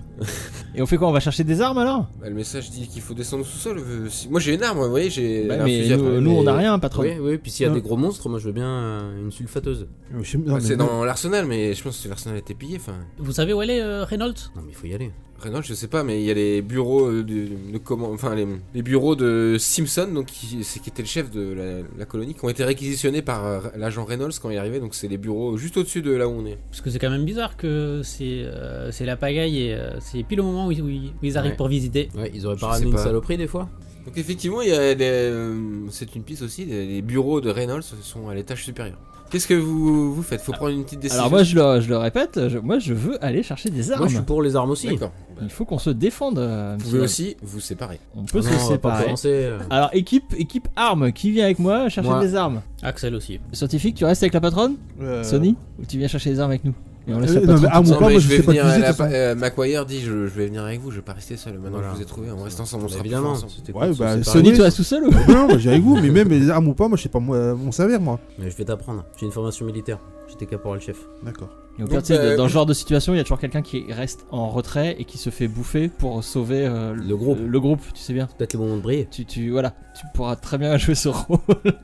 [SPEAKER 4] Et on fait quoi On va chercher des armes alors
[SPEAKER 1] Bah, le message dit qu'il faut descendre sous sol. euh, si- Moi, j'ai une arme, vous voyez, j'ai.
[SPEAKER 4] Bah,
[SPEAKER 1] un
[SPEAKER 4] Mais
[SPEAKER 1] fusil à pompe.
[SPEAKER 4] nous, nous, on a
[SPEAKER 3] mais-
[SPEAKER 4] rien, patron.
[SPEAKER 3] Oui, oui, puis s'il y a
[SPEAKER 2] Non.
[SPEAKER 3] des gros monstres, moi je veux bien euh, une sulfateuse.
[SPEAKER 2] Je sais- non,
[SPEAKER 1] Bah,
[SPEAKER 2] mais
[SPEAKER 1] c'est
[SPEAKER 2] non.
[SPEAKER 1] dans l'arsenal, mais je pense que l'arsenal a été pillé. Enfin,
[SPEAKER 5] Vous savez où elle est, euh, Reynolds
[SPEAKER 3] Non, mais il faut y aller.
[SPEAKER 1] Reynolds, je sais pas, mais il y a les bureaux euh, de, de comment, enfin les, les bureaux de Simpson, donc qui, c'est qui était le chef de la, la colonie, qui ont été réquisitionnés par euh, l'agent Reynolds quand il est arrivé. Donc, c'est les bureaux juste au-dessus de là où on est.
[SPEAKER 5] Parce que c'est quand même bizarre que c'est euh, c'est la pagaille et euh, c'est pile au moment où, ils- où ils- où ils arrivent
[SPEAKER 1] Ouais.
[SPEAKER 5] pour visiter.
[SPEAKER 3] Ouais, ils auraient
[SPEAKER 1] Je
[SPEAKER 3] pas
[SPEAKER 1] sais
[SPEAKER 3] ramené une
[SPEAKER 1] pas.
[SPEAKER 3] saloperie des fois
[SPEAKER 1] Donc effectivement, il y a des, euh, c'est une piste aussi, les les bureaux de Reynolds sont à l'étage supérieur. Qu'est-ce que vous, vous faites Faut prendre une petite décision.
[SPEAKER 4] Alors moi, je le, je le répète, je- moi, je veux aller chercher des armes.
[SPEAKER 3] Moi je suis pour les armes aussi.
[SPEAKER 1] D'accord.
[SPEAKER 4] Il faut qu'on se défende. euh,
[SPEAKER 1] Vous
[SPEAKER 4] monsieur.
[SPEAKER 1] pouvez aussi vous séparer.
[SPEAKER 4] On peut
[SPEAKER 3] Non,
[SPEAKER 4] se
[SPEAKER 3] on va pas
[SPEAKER 4] séparer.
[SPEAKER 3] commencer. euh.
[SPEAKER 4] Alors équipe, équipe armes, qui vient avec moi chercher
[SPEAKER 3] Moi.
[SPEAKER 4] des armes
[SPEAKER 5] Axel aussi.
[SPEAKER 4] Scientifique, tu restes avec la patronne
[SPEAKER 2] Euh,
[SPEAKER 4] Sony Ou tu viens chercher des armes avec nous Et on laisse
[SPEAKER 2] Euh,
[SPEAKER 4] la
[SPEAKER 2] non,
[SPEAKER 4] patronne
[SPEAKER 2] mais
[SPEAKER 4] toute
[SPEAKER 2] armes ou
[SPEAKER 4] seule.
[SPEAKER 2] pas, moi, je
[SPEAKER 1] vais
[SPEAKER 2] sais pas
[SPEAKER 1] venir.
[SPEAKER 2] utiliser,
[SPEAKER 1] la-
[SPEAKER 2] c'est pas-
[SPEAKER 1] euh, McGuire dit je, je vais venir avec vous. Je vais pas rester seul. Maintenant
[SPEAKER 3] Voilà.
[SPEAKER 1] que je vous ai trouvé, on reste ensemble. On sera plus
[SPEAKER 3] Bah, Évidemment,
[SPEAKER 1] fort ensemble.
[SPEAKER 3] c'était
[SPEAKER 2] Ouais,
[SPEAKER 3] cool de se
[SPEAKER 2] bah,
[SPEAKER 3] séparer.
[SPEAKER 4] Sony,
[SPEAKER 2] Sony,
[SPEAKER 4] toi, tout seul ou
[SPEAKER 2] euh, Non, moi, j'ai avec vous, mais même les armes ou pas, moi je sais pas moi, mon servir moi.
[SPEAKER 3] Mais je vais t'apprendre. J'ai une formation militaire. J'étais caporal chef.
[SPEAKER 2] D'accord.
[SPEAKER 4] Et au
[SPEAKER 1] Donc,
[SPEAKER 4] pire, tu sais,
[SPEAKER 1] euh,
[SPEAKER 4] dans ce genre de situation, il y a toujours quelqu'un qui reste en retrait et qui se fait bouffer pour sauver euh,
[SPEAKER 3] Le groupe.
[SPEAKER 4] Le groupe, tu sais bien.
[SPEAKER 3] Peut-être le moment de briller.
[SPEAKER 4] Tu, tu, voilà, tu pourras très bien jouer ce rôle.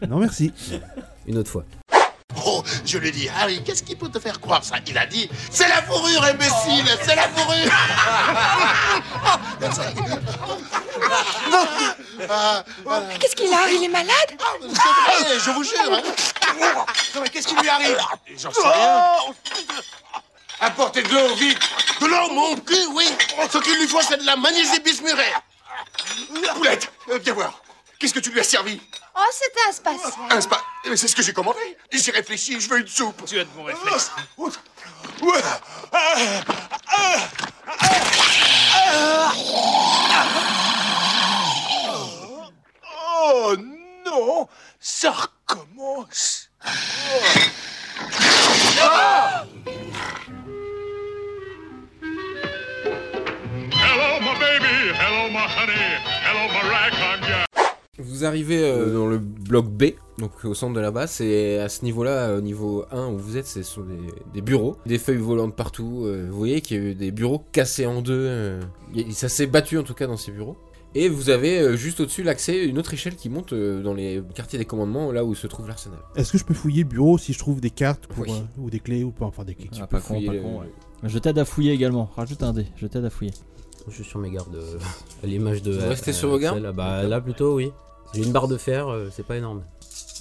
[SPEAKER 2] Non, merci.
[SPEAKER 3] Une autre fois.
[SPEAKER 10] Oh, je lui ai dit, Harry, qu'est-ce qui peut te faire croire ça Il a dit, c'est la fourrure, imbécile, c'est la fourrure Comme ça. Ah, ah,
[SPEAKER 8] Qu'est-ce qu'il a Il est malade
[SPEAKER 10] c'est vrai, Eh, je vous jure hein. Non mais qu'est-ce qui lui arrive Ah, J'en sais rien. Apportez de l'eau, vite De l'eau, mon cul, oui Ce qu'il lui faut, c'est de la magnésie bismuraire Poulette, euh, viens voir. Qu'est-ce que tu lui as servi
[SPEAKER 8] Oh, c'était un spatial.
[SPEAKER 10] Un spa. Eh ben, C'est ce que j'ai commandé. Et J'ai réfléchi, je veux une soupe. Tu as de bons réflexes. Oh non Ça recommence.
[SPEAKER 1] Vous arrivez euh, dans le bloc B, donc au centre de la base, et à ce niveau-là, euh, au niveau 1 où vous êtes, ce sont des, des bureaux, des feuilles volantes partout. euh, vous voyez qu'il y a eu des bureaux cassés en deux. euh, y a- ça s'est battu en tout cas dans ces bureaux. Et vous avez euh, juste au-dessus l'accès, une autre échelle qui monte euh, dans les quartiers des commandements, là où se trouve l'arsenal.
[SPEAKER 2] Est-ce que je peux fouiller le bureau si je trouve des cartes pour,
[SPEAKER 1] Oui.
[SPEAKER 2] euh, ou des clés ou pas Enfin, des clés.
[SPEAKER 1] Tu
[SPEAKER 4] Ah,
[SPEAKER 1] peux
[SPEAKER 4] pas con,
[SPEAKER 1] fouiller
[SPEAKER 4] pas
[SPEAKER 1] le-
[SPEAKER 4] con, ouais. Je t'aide à fouiller également. Rajoute un dé. Je t'aide à fouiller.
[SPEAKER 3] Je suis sur mes gardes. euh, à l'image de.
[SPEAKER 1] Vous restez
[SPEAKER 3] euh,
[SPEAKER 1] sur vos gardes
[SPEAKER 3] celle-là. Bah là plutôt, oui. J'ai une barre de fer, euh, c'est pas énorme.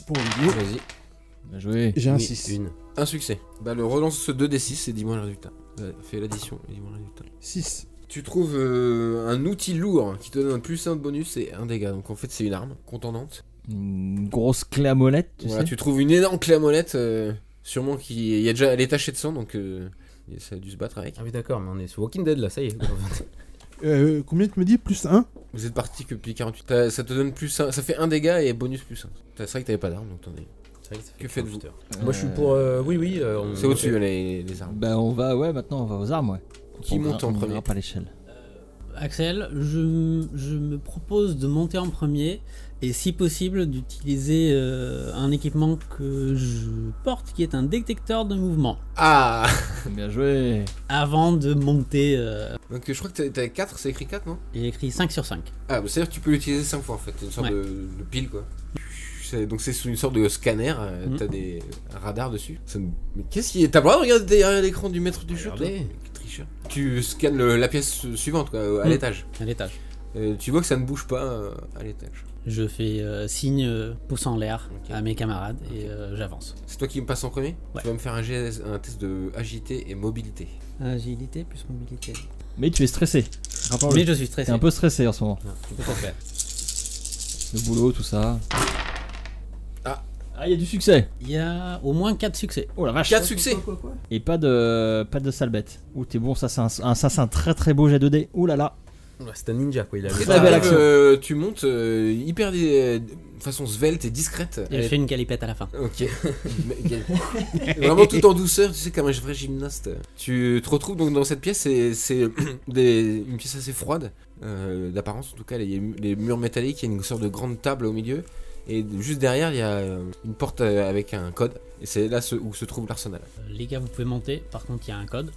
[SPEAKER 2] Pour Olivier.
[SPEAKER 1] Vas-y.
[SPEAKER 4] Bien joué.
[SPEAKER 11] Ah,
[SPEAKER 2] J'ai un
[SPEAKER 3] Oui,
[SPEAKER 2] 6.
[SPEAKER 3] Une.
[SPEAKER 1] Un succès. Bah le relance ce 2d6 et dis-moi le résultat. Ouais, Fais l'addition et dis-moi le résultat.
[SPEAKER 2] 6.
[SPEAKER 1] Tu trouves euh, un outil lourd qui te donne un plus 1 de bonus et un dégât. Donc en fait c'est une arme contendante.
[SPEAKER 4] Une grosse clé à molette, tu
[SPEAKER 1] Tu,
[SPEAKER 4] sais.
[SPEAKER 1] tu trouves une énorme clé à molette, euh, sûrement qui il y a déjà, elle est tachée de sang donc euh, ça a dû se battre avec.
[SPEAKER 3] Ah oui, d'accord, mais on est sur Walking Dead là, ça y est.
[SPEAKER 2] Euh, combien tu me dis Plus 1
[SPEAKER 1] Vous êtes parti que depuis 48. T'as- Ça te donne plus 1, ça fait un dégât et bonus plus 1. C'est vrai que t'avais pas d'arme donc t'en es.
[SPEAKER 3] C'est vrai ça
[SPEAKER 1] Que faites-vous
[SPEAKER 3] quarante-huit heures.
[SPEAKER 4] Euh,
[SPEAKER 3] Moi je suis pour. euh, oui, oui. euh, on-
[SPEAKER 1] C'est au-dessus hein, les, les armes.
[SPEAKER 4] Bah on va, ouais, maintenant on va aux armes, ouais.
[SPEAKER 1] Qui
[SPEAKER 4] On
[SPEAKER 1] monte
[SPEAKER 4] grimpe-
[SPEAKER 1] en
[SPEAKER 4] on
[SPEAKER 1] premier
[SPEAKER 4] grimpe à l'échelle.
[SPEAKER 5] Axel, je, je me propose de monter en premier et si possible d'utiliser euh, un équipement que je porte qui est un détecteur de mouvement
[SPEAKER 1] Ah
[SPEAKER 4] Bien joué.
[SPEAKER 5] avant de monter. euh,
[SPEAKER 1] Donc euh, je crois que t'as- t'as 4, c'est écrit 4 non
[SPEAKER 5] il y a écrit 5 sur 5.
[SPEAKER 1] Ah, bah, c'est-à-dire que tu peux l'utiliser 5 fois en fait, une sorte
[SPEAKER 5] Ouais.
[SPEAKER 1] de, de pile quoi. C'est- Donc c'est sous une sorte de scanner, euh,
[SPEAKER 5] Mhm.
[SPEAKER 1] t'as des radars dessus. Ça ne- Mais qu'est-ce qui est T'as pas le droit de regarder derrière l'écran du maître du jeu, toi
[SPEAKER 3] Regardez.
[SPEAKER 1] Quel tricheur. Tu scannes le- la pièce suivante quoi, à
[SPEAKER 5] Mhm.
[SPEAKER 1] l'étage.
[SPEAKER 5] à l'étage.
[SPEAKER 1] Euh, tu vois que ça ne bouge pas euh, à l'étage.
[SPEAKER 5] Je fais euh, signe euh, pouce en l'air
[SPEAKER 1] Ok.
[SPEAKER 5] à mes camarades et
[SPEAKER 1] Ok.
[SPEAKER 5] euh, j'avance.
[SPEAKER 1] C'est toi qui me passe en premier
[SPEAKER 5] Ouais.
[SPEAKER 1] Tu vas me faire un, GS un test de agilité et mobilité.
[SPEAKER 5] Agilité plus mobilité.
[SPEAKER 4] Mais tu es stressé.
[SPEAKER 5] Mais
[SPEAKER 4] Rappelle-le.
[SPEAKER 5] je suis stressé.
[SPEAKER 4] Oh, T'es un peu stressé en ce moment.
[SPEAKER 5] Tout à fait.
[SPEAKER 4] Le boulot, tout ça.
[SPEAKER 1] Ah.
[SPEAKER 4] Ah, il y a du succès.
[SPEAKER 5] Il y a au moins 4 succès.
[SPEAKER 4] Oh la vache.
[SPEAKER 1] 4 succès
[SPEAKER 4] Et pas de pas de sale bête. Ouh, t'es bon, ça c'est un, un- ça c'est un très très beau jet 2D. Ouh là là.
[SPEAKER 3] Ouais, C'est un ninja quoi, il a
[SPEAKER 1] Et
[SPEAKER 4] Très belle
[SPEAKER 1] t'arrives,
[SPEAKER 4] action.
[SPEAKER 1] euh, tu montes euh, hyper dé- de façon svelte et discrète.
[SPEAKER 5] Et je fais une calipette à la fin.
[SPEAKER 1] Ok. Vraiment tout en douceur, tu sais, comme un vrai gymnaste. Tu te retrouves donc dans cette pièce, c'est- c'est des- une pièce assez froide, euh, d'apparence en tout cas. Les, les murs métalliques, il y a une sorte de grande table au milieu. Et juste derrière, il y a euh, une porte euh, avec un code. Et c'est là ce- où se trouve l'arsenal.
[SPEAKER 5] Euh, Les gars, vous pouvez monter. Par contre, il y a un code.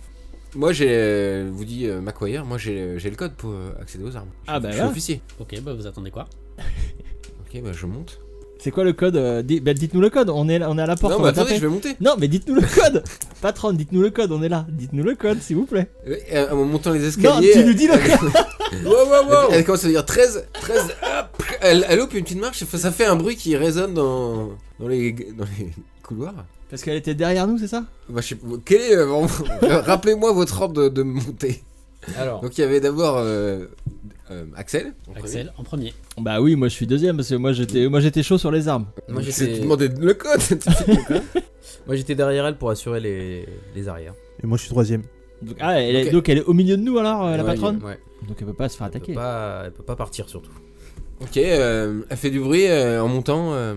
[SPEAKER 1] Moi, j'ai, euh, vous dit euh, McQuire, moi j'ai j'ai le code pour euh, accéder aux armes.
[SPEAKER 4] Ah, bah
[SPEAKER 1] Je suis
[SPEAKER 4] là.
[SPEAKER 1] officier.
[SPEAKER 5] Ok, bah vous attendez quoi
[SPEAKER 1] Ok, bah je monte.
[SPEAKER 4] C'est quoi le code euh, dis- bah, Dites-nous le code. On est là- on est à la porte.
[SPEAKER 1] non,
[SPEAKER 4] on
[SPEAKER 1] bah
[SPEAKER 4] va taper.
[SPEAKER 1] attendez, je vais monter.
[SPEAKER 4] Non, mais dites-nous le code. Patronne, dites-nous le code. On est là. Dites-nous le code, s'il vous plaît.
[SPEAKER 1] Oui, euh, en montant les
[SPEAKER 4] Non,
[SPEAKER 1] escaliers.
[SPEAKER 4] tu nous dis le code.
[SPEAKER 1] Wow, wow, wow. Elle commence à dire 13, 13, hop, elle, elle loupe une petite marche, ça fait un bruit qui résonne dans, dans, les, dans les couloirs.
[SPEAKER 4] Parce qu'elle était derrière nous, c'est ça
[SPEAKER 1] Bah, je sais pas, quel est, euh, vraiment, rappelez-moi votre ordre de, de montée.
[SPEAKER 3] Alors.
[SPEAKER 1] Donc il y avait d'abord euh, euh, Axel. en premier.
[SPEAKER 5] Axel en premier.
[SPEAKER 4] Bah oui, moi je suis deuxième parce que moi j'étais moi j'étais chaud sur les armes.
[SPEAKER 3] Moi
[SPEAKER 1] Donc, c'est-
[SPEAKER 3] j'étais
[SPEAKER 1] Tu demandais le code. tu
[SPEAKER 4] Euh,
[SPEAKER 1] sais pourquoi.
[SPEAKER 3] moi, j'étais derrière elle pour assurer les, les hein. arrières.
[SPEAKER 2] Et moi, je suis troisième.
[SPEAKER 4] Donc, ah, elle est,
[SPEAKER 1] Ok.
[SPEAKER 4] donc elle est au milieu de nous alors, euh, la
[SPEAKER 1] Ouais,
[SPEAKER 4] patronne
[SPEAKER 3] Ouais.
[SPEAKER 4] Donc elle peut pas se faire
[SPEAKER 3] Elle peut,
[SPEAKER 4] attaquer.
[SPEAKER 3] pas, elle peut pas partir surtout.
[SPEAKER 1] ok, euh, elle fait du bruit euh, en montant. euh,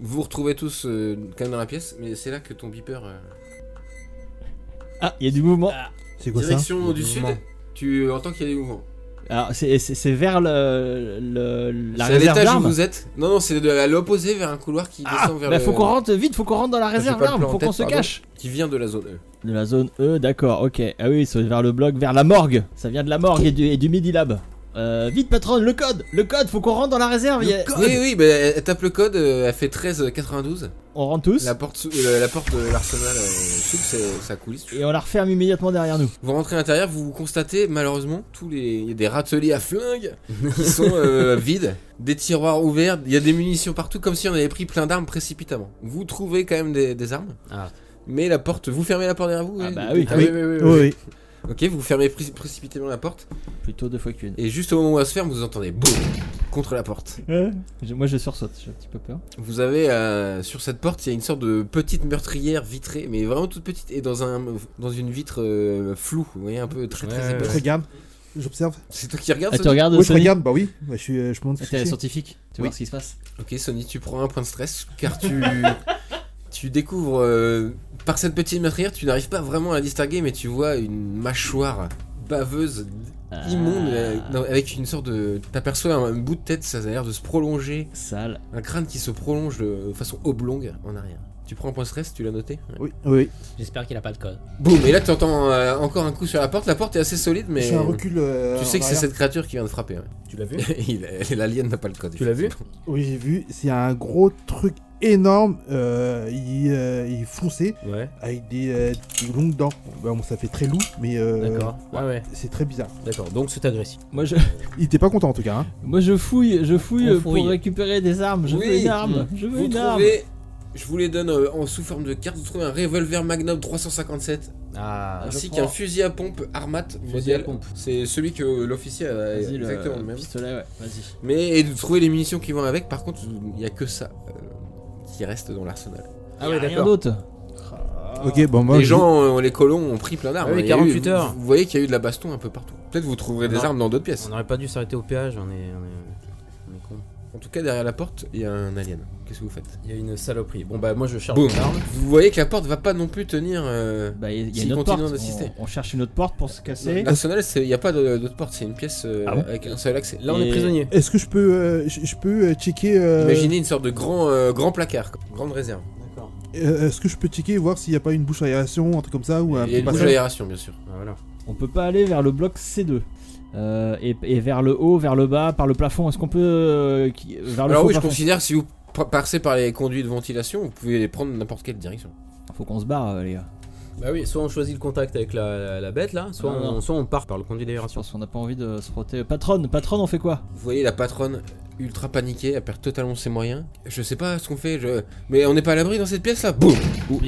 [SPEAKER 1] vous vous retrouvez tous euh, quand même dans la pièce, mais c'est là que ton beeper. euh,
[SPEAKER 4] Ah, il y a du mouvement.
[SPEAKER 5] Ah,
[SPEAKER 2] C'est quoi ça
[SPEAKER 1] Direction du sud, tu euh, entends qu'il y a des mouvements.
[SPEAKER 4] Alors c'est c'est- c'est vers le, le- la
[SPEAKER 1] C'est à
[SPEAKER 4] réserve
[SPEAKER 1] l'étage où
[SPEAKER 4] d'armes.
[SPEAKER 1] vous êtes Non, non, c'est de- à l'opposé vers un couloir qui
[SPEAKER 4] Ah,
[SPEAKER 1] descend vers
[SPEAKER 4] bah
[SPEAKER 1] le...
[SPEAKER 4] faut qu'on rentre vite, faut qu'on rentre dans la
[SPEAKER 1] j'ai
[SPEAKER 4] réserve
[SPEAKER 1] pas le
[SPEAKER 4] d'armes,
[SPEAKER 1] plan en
[SPEAKER 4] faut qu'on
[SPEAKER 1] tête,
[SPEAKER 4] se
[SPEAKER 1] pardon.
[SPEAKER 4] cache.
[SPEAKER 1] qui vient de la zone E.
[SPEAKER 4] De la zone E, d'accord, ok. Ah oui, c'est vers le bloc, vers la morgue. Ça vient de la morgue et du, et du Midi Lab. Euh, vite patronne, le code, le code, faut qu'on rentre dans la réserve. il y a-
[SPEAKER 1] Oui, oui, bah, elle tape le code, euh, elle fait 1392.
[SPEAKER 4] On rentre tous
[SPEAKER 1] La porte, sou- euh, la, porte de l'arsenal euh, s'ouvre, c'est- ça coulisse.
[SPEAKER 4] et on la referme immédiatement derrière nous.
[SPEAKER 1] Vous rentrez à l'intérieur, vous constatez malheureusement tous les il y a des râteliers à flingues qui sont euh, vides, des tiroirs ouverts, il y a des munitions partout comme si on avait pris plein d'armes précipitamment. Vous trouvez quand même des, des armes,
[SPEAKER 3] Ah.
[SPEAKER 1] mais la porte, vous fermez la porte derrière vous
[SPEAKER 4] Ah
[SPEAKER 1] ouais,
[SPEAKER 4] bah
[SPEAKER 1] de-
[SPEAKER 4] oui.
[SPEAKER 1] Ah
[SPEAKER 2] Oui.
[SPEAKER 1] oui, oui.
[SPEAKER 2] Oui,
[SPEAKER 1] Ok, vous fermez pré- précipitamment la porte.
[SPEAKER 4] Plutôt deux fois qu'une.
[SPEAKER 1] Et juste au moment où elle se ferme, vous entendez boum contre la porte.
[SPEAKER 4] Euh, je- moi je sursaute, j'ai un petit peu peur.
[SPEAKER 1] Vous avez euh, sur cette porte, il y a une sorte de petite meurtrière vitrée, mais vraiment toute petite et dans un dans une vitre euh, floue, vous voyez un peu très très
[SPEAKER 3] Ouais,
[SPEAKER 1] épaisse.
[SPEAKER 2] Je regarde. J'observe.
[SPEAKER 1] C'est toi qui regardes.
[SPEAKER 4] Ah, tu
[SPEAKER 1] Sony
[SPEAKER 4] regardes
[SPEAKER 2] Oui, je
[SPEAKER 4] Sonic
[SPEAKER 2] regarde. Bah oui. Bah, je, suis, euh, je monte.
[SPEAKER 4] Ah,
[SPEAKER 2] ce
[SPEAKER 4] T'es
[SPEAKER 2] que c'est.
[SPEAKER 4] scientifique, tu
[SPEAKER 1] Oui.
[SPEAKER 4] vois ce qui se passe.
[SPEAKER 1] Ok, Sony, tu prends un point de stress car tu tu découvres euh, par cette petite meurtrière, tu n'arrives pas vraiment à la distinguer, mais tu vois une mâchoire baveuse immonde, euh, non, avec une sorte de. T'aperçois un, un bout de tête, ça a l'air de se prolonger.
[SPEAKER 4] Sale.
[SPEAKER 1] Un crâne qui se prolonge de façon oblongue en arrière. Tu prends un point stress, tu l'as noté Ouais.
[SPEAKER 2] Oui, Ah oui.
[SPEAKER 5] J'espère qu'il a pas de code.
[SPEAKER 1] Boum, et là tu entends euh, encore un coup sur la porte. La porte est assez solide, mais.
[SPEAKER 2] C'est un recul. euh,
[SPEAKER 1] Tu sais que
[SPEAKER 2] en
[SPEAKER 1] c'est
[SPEAKER 2] arrière.
[SPEAKER 1] cette créature qui vient de frapper. ouais.
[SPEAKER 11] Tu l'as vu
[SPEAKER 1] Il est- L'alien n'a pas le code.
[SPEAKER 11] Tu l'as vu
[SPEAKER 1] effectivement.
[SPEAKER 2] Oui, j'ai vu. C'est un gros truc énorme. euh, il, euh, il est foncé
[SPEAKER 11] Ouais,
[SPEAKER 2] avec des, euh, des longues dents. Bah, bon, ça fait très loup, mais euh,
[SPEAKER 11] d'accord. Ah ouais,
[SPEAKER 2] c'est très bizarre.
[SPEAKER 11] d'accord. Donc c'est agressif.
[SPEAKER 4] Moi je,
[SPEAKER 2] Il était pas content en tout cas. hein.
[SPEAKER 4] moi je fouille, je fouille
[SPEAKER 5] On
[SPEAKER 4] euh, pour
[SPEAKER 5] fouille.
[SPEAKER 4] récupérer des armes. Je
[SPEAKER 1] Oui.
[SPEAKER 4] veux une arme. Je veux
[SPEAKER 1] Vous
[SPEAKER 4] une arme.
[SPEAKER 1] trouvez. Je vous les donne euh, en sous forme de carte. Vous trouvez un revolver Magnum 357
[SPEAKER 11] Ah,
[SPEAKER 4] je
[SPEAKER 1] ainsi
[SPEAKER 4] prends.
[SPEAKER 1] qu'un fusil à pompe Armat
[SPEAKER 4] Fusil à
[SPEAKER 1] modèle.
[SPEAKER 4] pompe.
[SPEAKER 1] C'est celui que l'officier a
[SPEAKER 4] Vas-y, le
[SPEAKER 1] Euh, exactement le même.
[SPEAKER 4] pistolet, ouais, vas-y.
[SPEAKER 1] Mais et de trouver les munitions qui vont avec. Par contre, il n'y a que ça euh, qui reste dans l'arsenal.
[SPEAKER 4] Ah ouais, Rien d'autre.
[SPEAKER 2] Ok, bon, moi.
[SPEAKER 1] Ah. les
[SPEAKER 2] je-
[SPEAKER 1] gens, euh, les colons ont pris plein d'armes.
[SPEAKER 3] Ah oui,
[SPEAKER 1] Il y a eu-
[SPEAKER 3] 48 heures.
[SPEAKER 1] Vous voyez qu'il y a eu de la baston un peu partout. Peut-être vous trouverez des
[SPEAKER 3] Non.
[SPEAKER 1] armes dans d'autres pièces.
[SPEAKER 3] On n'aurait pas dû s'arrêter au péage, on est, on est, on est con.
[SPEAKER 1] En tout cas, derrière la porte, il y a un alien. Qu'est-ce que vous faites
[SPEAKER 3] Il y a une saloperie. Bon bah moi je charge
[SPEAKER 1] Boum.
[SPEAKER 3] mon arme.
[SPEAKER 1] Vous voyez que la porte va pas non plus tenir. euh,
[SPEAKER 4] Bah, il y a
[SPEAKER 1] S'ils
[SPEAKER 4] une autre
[SPEAKER 1] continuent
[SPEAKER 4] porte.
[SPEAKER 1] d'insister.
[SPEAKER 4] On, on cherche une autre porte pour se casser.
[SPEAKER 1] L'arsenal, c'est- il n'y a pas de- d'autre porte, c'est une pièce euh,
[SPEAKER 4] Ah bon
[SPEAKER 1] avec un seul accès.
[SPEAKER 3] Là on est
[SPEAKER 4] Et-
[SPEAKER 3] prisonnier.
[SPEAKER 2] Est-ce que je peux, euh, je je peux euh, checker. euh,
[SPEAKER 1] Imaginez une sorte de grand, euh, grand placard, quoi. grande réserve.
[SPEAKER 2] euh, Est-ce que je peux checker et voir s'il n'y a pas une bouche à aération, un truc comme ça ou un
[SPEAKER 1] Il y a
[SPEAKER 2] petit
[SPEAKER 1] une bouche
[SPEAKER 2] passage
[SPEAKER 1] d'aération, bien sûr.
[SPEAKER 3] Ah, voilà.
[SPEAKER 4] On peut pas aller vers le bloc C2. Euh, et, et vers le haut, vers le bas, par le plafond. Est-ce qu'on peut. euh, qui-
[SPEAKER 2] Ah,
[SPEAKER 4] vers le
[SPEAKER 1] Alors
[SPEAKER 4] faux
[SPEAKER 1] oui, je
[SPEAKER 4] plafond
[SPEAKER 1] considère que si vous pr- passez par les conduits de ventilation, vous pouvez les prendre n'importe quelle direction.
[SPEAKER 4] Faut qu'on se barre, euh, les gars.
[SPEAKER 3] Bah oui, soit on choisit le contact avec la, la- la bête là, soit,
[SPEAKER 4] Ah, non.
[SPEAKER 3] on, soit on part par le conduit
[SPEAKER 4] Je
[SPEAKER 3] d'aération.
[SPEAKER 4] pense qu'on n'a pas envie de se frotter. Patronne, patronne, on fait quoi
[SPEAKER 1] Vous voyez la patronne ultra paniquée, elle perd totalement ses moyens. Je sais pas ce qu'on fait, je... mais on n'est pas à l'abri dans cette pièce-là. Boum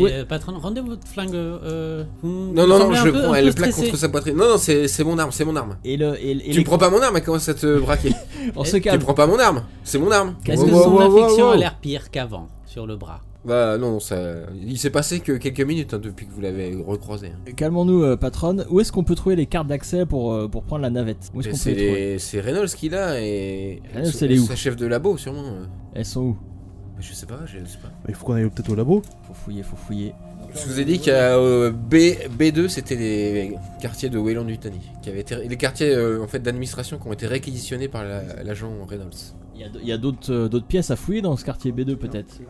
[SPEAKER 5] Mais, euh, patron, rendez votre flingue. euh, vous-
[SPEAKER 1] Non,
[SPEAKER 5] vous
[SPEAKER 1] non, non,
[SPEAKER 5] semblez un
[SPEAKER 1] je
[SPEAKER 5] peu- un
[SPEAKER 1] prends,
[SPEAKER 5] peu
[SPEAKER 1] elle plaque
[SPEAKER 5] stressé.
[SPEAKER 1] contre sa poitrine. Non, non, c'est c'est mon arme, c'est mon arme.
[SPEAKER 4] Et le. Et, et
[SPEAKER 1] tu
[SPEAKER 4] les-
[SPEAKER 1] me prends pas mon arme, elle commence à te braquer.
[SPEAKER 4] On se
[SPEAKER 1] tu
[SPEAKER 4] calme.
[SPEAKER 1] prends pas mon arme, c'est mon arme.
[SPEAKER 5] Est-ce que
[SPEAKER 2] Wow,
[SPEAKER 5] son
[SPEAKER 2] wow, wow,
[SPEAKER 5] affection
[SPEAKER 2] wow.
[SPEAKER 5] a l'air pire qu'avant sur le bras
[SPEAKER 1] Bah non, ça... il s'est passé que quelques minutes hein, depuis que vous l'avez recroisé. hein.
[SPEAKER 4] Calmons-nous, euh, patronne. Où est-ce qu'on peut trouver les cartes d'accès pour, euh, pour prendre la navette Où est-ce
[SPEAKER 1] Mais
[SPEAKER 4] qu'on peut
[SPEAKER 1] C'est
[SPEAKER 4] les trouver
[SPEAKER 1] les- c'est Reynolds qui l'a et
[SPEAKER 4] Reynolds, elle est où
[SPEAKER 1] sa chef de labo sûrement. euh.
[SPEAKER 4] Elles sont où
[SPEAKER 1] Mais Je sais pas, je sais pas.
[SPEAKER 2] Il faut qu'on aille peut-être au labo.
[SPEAKER 4] Faut fouiller, faut fouiller.
[SPEAKER 1] Je vous ai dit qu'à euh, B, B2 c'était les quartiers de Wayland Yutani, qui avaient été les quartiers euh, en fait d'administration qui ont été réquisitionnés par la- l'agent Reynolds.
[SPEAKER 4] Il y a d- il y a d'autres euh, d'autres pièces à fouiller dans ce quartier B2 peut-être.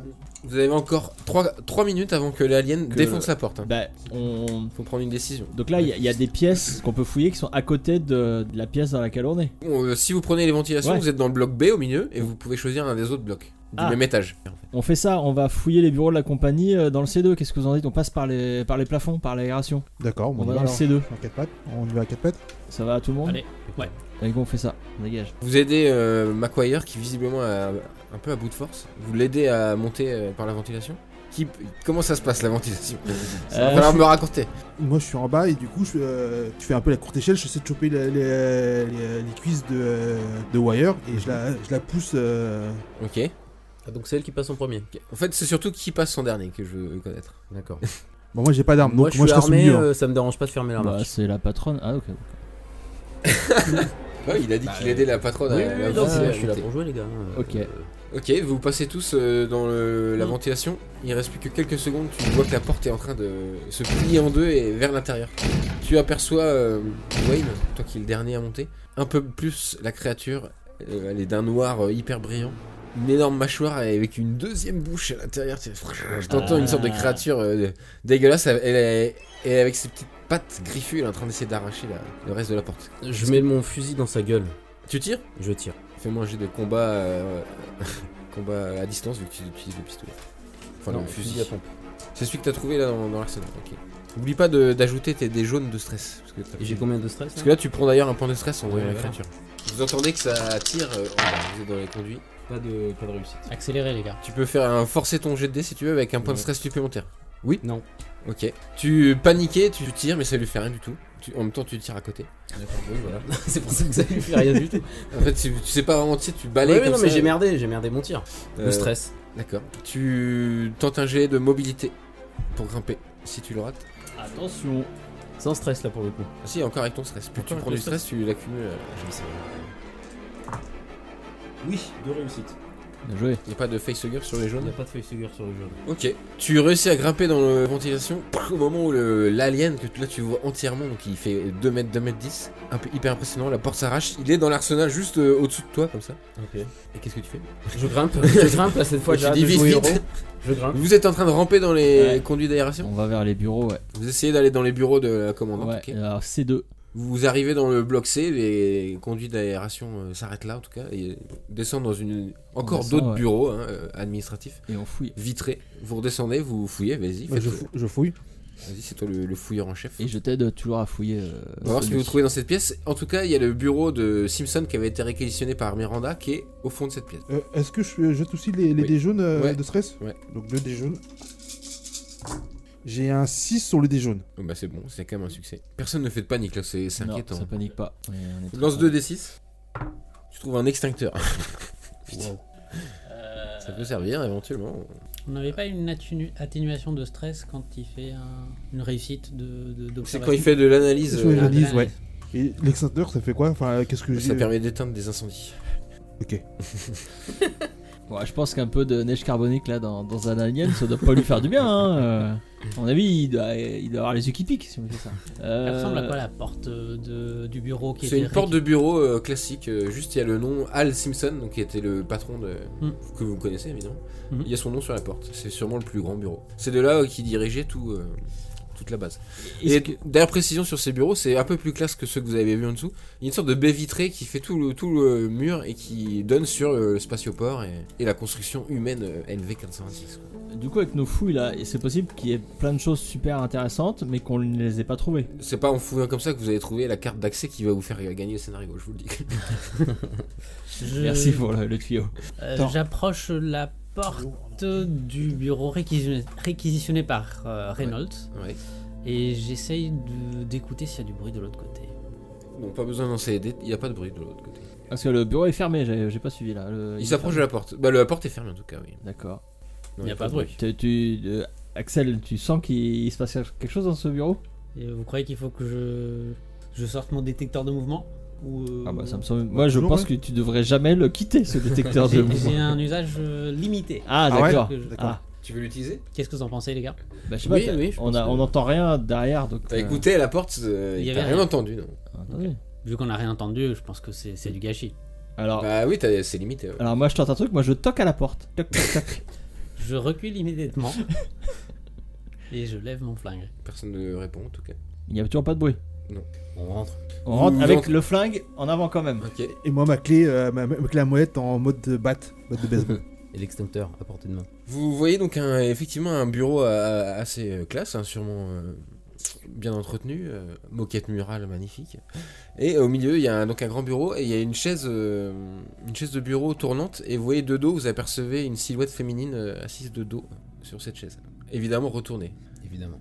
[SPEAKER 1] Vous avez encore 3, minutes avant que l'alien
[SPEAKER 4] Que-
[SPEAKER 1] défonce la porte. hein.
[SPEAKER 4] Bah, on.
[SPEAKER 1] Faut prendre une décision.
[SPEAKER 4] Donc là, il y, a- il y a des pièces qu'on peut fouiller qui sont à côté de, de la pièce dans laquelle on est.
[SPEAKER 1] Bon, euh, si vous prenez les ventilations,
[SPEAKER 4] Ouais.
[SPEAKER 1] vous êtes dans le bloc B au milieu et vous pouvez choisir un des autres blocs du
[SPEAKER 4] Ah.
[SPEAKER 1] même étage. en fait.
[SPEAKER 4] On fait ça, on va fouiller les bureaux de la compagnie euh, dans le C2. Qu'est-ce que vous en dites On passe par les, par les plafonds, par l'aération.
[SPEAKER 2] D'accord, bon,
[SPEAKER 4] On va
[SPEAKER 2] y
[SPEAKER 4] dans le
[SPEAKER 2] alors.
[SPEAKER 4] C2.
[SPEAKER 2] En quatre pattes. On y va à quatre pattes.
[SPEAKER 4] Ça va à tout le monde
[SPEAKER 5] Allez, ouais.
[SPEAKER 4] Allez, go, on fait ça. On dégage.
[SPEAKER 1] Vous aidez euh, McQuire qui visiblement a un peu à bout de force. Vous l'aidez à monter euh, par la ventilation. Qui... Comment ça se passe la ventilation Ça va
[SPEAKER 4] Euh,
[SPEAKER 1] falloir me raconter.
[SPEAKER 2] Moi, je suis en bas et du coup, je, euh, je fais un peu la courte échelle. J'essaie de choper les, les- les- les cuisses de, euh, de Wire et je
[SPEAKER 1] Mhm.
[SPEAKER 2] la, je la pousse. euh,
[SPEAKER 1] Ok.
[SPEAKER 3] Ah, donc c'est elle qui passe en premier.
[SPEAKER 1] En fait, c'est surtout qui passe son dernier que je veux connaître.
[SPEAKER 3] D'accord.
[SPEAKER 2] Bon, moi, j'ai pas d'arme, Ah, donc
[SPEAKER 3] moi
[SPEAKER 2] moi,
[SPEAKER 3] je
[SPEAKER 2] je,
[SPEAKER 3] suis
[SPEAKER 2] reste au
[SPEAKER 3] armé,
[SPEAKER 2] milieu. hein.
[SPEAKER 3] euh, ça me dérange pas de fermer la
[SPEAKER 4] Bah,
[SPEAKER 3] marche.
[SPEAKER 4] c'est la patronne. Ah, ok.
[SPEAKER 1] Bah, oui, il a dit qu'il aidait la patronne
[SPEAKER 3] Oui,
[SPEAKER 1] à
[SPEAKER 3] oui,
[SPEAKER 1] la
[SPEAKER 3] oui, donc,
[SPEAKER 1] ventilation.
[SPEAKER 3] je suis là pour jouer les gars. hein.
[SPEAKER 4] Ok.
[SPEAKER 3] Euh,
[SPEAKER 1] Ok, vous passez tous euh, dans le- la ventilation. Il reste plus que quelques secondes. Tu vois que la porte est en train de se plier en deux et vers l'intérieur. Tu aperçois euh, Wayne, toi qui es le dernier à monter, un peu plus la créature. euh, elle est d'un noir euh, hyper brillant. Une énorme mâchoire et avec une deuxième bouche à l'intérieur. Tu- Je t'entends une sorte de créature euh, dégueulasse. Elle est, et avec ses petites pattes griffues, elle est en train d'essayer d'arracher la- le reste de la porte.
[SPEAKER 3] je mets mon fusil dans sa gueule.
[SPEAKER 1] Tu tires
[SPEAKER 3] Je tire.
[SPEAKER 1] Fais-moi un jet de combat, euh, combat à distance vu que tu utilises le pistolet. Enfin,
[SPEAKER 4] Non,
[SPEAKER 1] le fusil
[SPEAKER 4] fusil.
[SPEAKER 1] à pompe. C'est celui que t'as trouvé là dans, dans l'arsenal. ok. Oublie pas de- d'ajouter tes des jaunes de stress. Parce que,
[SPEAKER 3] Et
[SPEAKER 1] t'as-
[SPEAKER 3] J'ai combien de stress hein
[SPEAKER 1] parce que là, tu prends d'ailleurs un point de stress en voyant la
[SPEAKER 3] Ouais,
[SPEAKER 1] créature. Vous entendez que ça tire euh, en bas, vous êtes dans les conduits.
[SPEAKER 3] Pas de, pas de réussite.
[SPEAKER 5] Accélérez, les gars.
[SPEAKER 1] Tu peux faire un forcer ton jet de dé si tu veux avec un point de
[SPEAKER 3] Ouais.
[SPEAKER 1] stress supplémentaire. Oui
[SPEAKER 3] Non.
[SPEAKER 1] Ok. Tu paniquais, tu tires, mais ça lui fait rien du tout. Tu- en même temps, tu tires à côté.
[SPEAKER 3] c'est pour ça que ça lui fait rien du tout.
[SPEAKER 1] En fait, tu, tu sais pas vraiment tirer, tu
[SPEAKER 3] Ouais,
[SPEAKER 1] balayes
[SPEAKER 3] mais
[SPEAKER 1] comme
[SPEAKER 3] non,
[SPEAKER 1] ça.
[SPEAKER 3] mais j'ai merdé, j'ai merdé mon tir.
[SPEAKER 1] Euh,
[SPEAKER 3] Le stress.
[SPEAKER 1] D'accord. Tu tentes un jet de mobilité pour grimper. Si tu le rates.
[SPEAKER 4] Attention.
[SPEAKER 3] Sans stress là pour le coup.
[SPEAKER 1] Ah si, encore avec ton stress. Plus tu
[SPEAKER 3] Encore
[SPEAKER 1] prends
[SPEAKER 3] avec
[SPEAKER 1] du
[SPEAKER 3] le
[SPEAKER 1] stress, tu l'accumules. euh,
[SPEAKER 3] Oui, de réussite.
[SPEAKER 4] Bien joué.
[SPEAKER 1] Il n'y a pas de facehugger sur les
[SPEAKER 3] Il
[SPEAKER 1] jaunes
[SPEAKER 3] n'y a pas de facehugger sur le jeu.
[SPEAKER 1] Ok. Tu réussis à grimper dans la ventilation pouf, au moment où le- l'alien, que tu- là tu vois entièrement, donc il fait 2 mètres, 2 mètres 10, un peu hyper impressionnant, la porte s'arrache, il est dans l'arsenal juste euh, au-dessous de toi comme ça.
[SPEAKER 3] Ok.
[SPEAKER 1] Et qu'est-ce que tu fais
[SPEAKER 3] Je grimpe, je grimpe là, cette fois.
[SPEAKER 1] Tu
[SPEAKER 3] j'ai hâte
[SPEAKER 1] dis
[SPEAKER 3] de
[SPEAKER 1] vite,
[SPEAKER 3] jouer
[SPEAKER 1] vite.
[SPEAKER 3] héros. Je grimpe.
[SPEAKER 1] Vous êtes en train de ramper dans les
[SPEAKER 4] Ouais.
[SPEAKER 1] conduits d'aération
[SPEAKER 4] On va vers les bureaux, ouais.
[SPEAKER 1] Vous essayez d'aller dans les bureaux de la commandante,
[SPEAKER 4] Ouais,
[SPEAKER 1] ok
[SPEAKER 4] alors C2.
[SPEAKER 1] Vous arrivez dans le bloc C, les conduits d'aération euh, s'arrêtent là en tout cas, et descendent dans une encore
[SPEAKER 4] descend,
[SPEAKER 1] d'autres
[SPEAKER 4] ouais.
[SPEAKER 1] bureaux hein, euh, administratifs,
[SPEAKER 4] Et on fouille.
[SPEAKER 1] vitrés. Vous redescendez, vous fouillez, vas-y,
[SPEAKER 2] Bah,
[SPEAKER 1] faites-
[SPEAKER 2] je, fou- je fouille.
[SPEAKER 1] vas-y, c'est toi le, le fouilleur en chef.
[SPEAKER 4] Et je t'aide toujours à fouiller. euh,
[SPEAKER 1] On va voir ce que
[SPEAKER 4] Sony.
[SPEAKER 1] vous trouvez dans cette pièce. En tout cas, il y a le bureau de Simpson qui avait été réquisitionné par Miranda qui est au fond de cette pièce.
[SPEAKER 2] Euh, Est-ce que je jette aussi les, les
[SPEAKER 1] Oui.
[SPEAKER 2] dés jaunes euh,
[SPEAKER 1] Ouais.
[SPEAKER 2] de stress
[SPEAKER 1] Ouais.
[SPEAKER 2] Donc deux dés jaunes. J'ai un 6 sur le dés jaune.
[SPEAKER 1] Oh, bah c'est bon, c'est quand même un succès. Personne ne fait de panique là, c'est c'est
[SPEAKER 4] Non,
[SPEAKER 1] inquiétant.
[SPEAKER 4] ça panique pas. On est- on est très
[SPEAKER 1] Lance
[SPEAKER 4] bien.
[SPEAKER 1] 2d6. Tu trouves un extincteur. Putain,
[SPEAKER 5] Euh,
[SPEAKER 1] Ça peut servir éventuellement.
[SPEAKER 5] On n'avait pas une attenu- atténuation de stress quand il fait un- une réussite de, de- d'observation
[SPEAKER 1] C'est quand il fait de l'analyse,
[SPEAKER 2] Sur
[SPEAKER 1] euh,
[SPEAKER 2] les
[SPEAKER 5] Ah,
[SPEAKER 2] analyses,
[SPEAKER 5] de
[SPEAKER 2] ouais. Et l'extincteur, ça fait quoi Enfin, qu'est-ce que j'ai euh,
[SPEAKER 1] ça permet d'éteindre des incendies.
[SPEAKER 2] Ok.
[SPEAKER 4] Ouais, je pense qu'un peu de neige carbonique là dans, dans un alien, ça doit pas lui faire du bien. Hein. euh. À mon avis, il doit, il doit avoir les yeux qui piquent si on fait ça.
[SPEAKER 5] Elle
[SPEAKER 4] Euh,
[SPEAKER 5] ressemble à quoi la porte euh, de- du bureau qui
[SPEAKER 1] C'est
[SPEAKER 5] était
[SPEAKER 1] une porte de bureau euh, classique, euh, juste il y a le nom Al Simpson, donc, qui était le patron de...
[SPEAKER 4] Hmm.
[SPEAKER 5] Mm.
[SPEAKER 1] que vous connaissez évidemment.
[SPEAKER 5] Mhm.
[SPEAKER 1] Il y a son nom sur la porte, c'est sûrement le plus grand bureau. C'est de là euh, qu'il dirigeait tout, euh, toute la base.
[SPEAKER 4] est-ce
[SPEAKER 1] Et
[SPEAKER 4] que-
[SPEAKER 1] d'ailleurs, précision sur ces bureaux, c'est un peu plus classe que ceux que vous avez vus en dessous. Il y a une sorte de baie vitrée qui fait tout le, tout le mur et qui donne sur euh, le spatioport et, et la construction humaine euh, NV426. quoi.
[SPEAKER 4] Du coup, avec nos fouilles là, et c'est possible qu'il y ait plein de choses super intéressantes, mais qu'on ne les ait pas trouvées.
[SPEAKER 1] C'est pas en fouillant comme ça que vous allez trouver la carte d'accès qui va vous faire gagner le scénario, je vous le dis. Euh.
[SPEAKER 5] Je-
[SPEAKER 4] Merci pour le, le tuyau.
[SPEAKER 5] Euh,
[SPEAKER 2] Attends.
[SPEAKER 5] J'approche la porte du bureau réquisitionné, réquisitionné par euh, Reynolds
[SPEAKER 1] Ouais.
[SPEAKER 5] et j'essaye de- d'écouter s'il y a du bruit de l'autre côté.
[SPEAKER 1] Bon, pas besoin d'en s'aider, il n'y a pas de bruit de l'autre côté.
[SPEAKER 4] Parce que le bureau est fermé, j'ai j'ai pas suivi là. le-
[SPEAKER 1] Il
[SPEAKER 4] est
[SPEAKER 1] s'approche de
[SPEAKER 4] fermé.
[SPEAKER 1] la porte. Bah, la porte est fermée en tout cas, oui.
[SPEAKER 4] D'accord.
[SPEAKER 1] Non,
[SPEAKER 5] Il n'y a pas de bruit.
[SPEAKER 4] Tu, tu- euh, Axel, tu sens qu'il il se passe quelque chose dans ce bureau
[SPEAKER 5] Et vous croyez qu'il faut que je, je sorte mon détecteur de mouvement ou, euh,
[SPEAKER 4] Ah bah ça me semble. Moi, je
[SPEAKER 2] toujours,
[SPEAKER 4] pense
[SPEAKER 2] ouais.
[SPEAKER 4] que tu devrais jamais le quitter ce détecteur de
[SPEAKER 5] j'ai-
[SPEAKER 4] mouvement.
[SPEAKER 5] J'ai un usage euh, limité.
[SPEAKER 4] Ah
[SPEAKER 2] Ah ouais
[SPEAKER 4] d'accord.
[SPEAKER 5] Que je-
[SPEAKER 2] D'accord.
[SPEAKER 4] Ah,
[SPEAKER 1] Tu veux l'utiliser
[SPEAKER 5] Qu'est-ce que vous en pensez, les gars
[SPEAKER 4] bah, je sais
[SPEAKER 1] Oui,
[SPEAKER 4] pas,
[SPEAKER 1] oui, je
[SPEAKER 4] on
[SPEAKER 1] pense
[SPEAKER 4] a-
[SPEAKER 1] que- Bah,
[SPEAKER 4] on n'entend rien derrière donc.
[SPEAKER 1] T'as
[SPEAKER 4] euh,
[SPEAKER 1] écouté à la porte, euh,
[SPEAKER 5] Il y
[SPEAKER 1] et
[SPEAKER 5] avait
[SPEAKER 1] t'as rien
[SPEAKER 5] rien.
[SPEAKER 1] entendu, non
[SPEAKER 4] attendez.
[SPEAKER 5] Vu qu'on n'a rien entendu, je pense que c'est c'est du gâchis. Ah.
[SPEAKER 4] Alors,
[SPEAKER 1] Bah oui, t'as- c'est limité. ouais.
[SPEAKER 4] alors moi je tente un truc, moi je toque à la porte. Toc toc toc.
[SPEAKER 5] Je recule immédiatement et je lève mon flingue.
[SPEAKER 1] Personne ne répond en tout cas.
[SPEAKER 4] Il y a toujours pas de bruit.
[SPEAKER 1] On rentre.
[SPEAKER 4] On rentre
[SPEAKER 1] Vous
[SPEAKER 4] avec
[SPEAKER 1] entrez-
[SPEAKER 4] le flingue en avant quand même.
[SPEAKER 1] Ok.
[SPEAKER 2] Et moi, ma clé, euh, ma, ma clé à mouette en mode de batte, batte de baseball.
[SPEAKER 3] Et l'extincteur à portée de main.
[SPEAKER 1] Vous voyez donc un- effectivement un bureau a- assez euh, classe, hein, sûrement euh, bien entretenu, euh, moquette murale magnifique. Et euh, au milieu, il y a un- donc un grand bureau et il y a une chaise, euh, une chaise de bureau tournante. Et vous voyez de dos, vous apercevez une silhouette féminine euh, assise de dos sur cette chaise. Évidemment retournée.
[SPEAKER 3] Évidemment.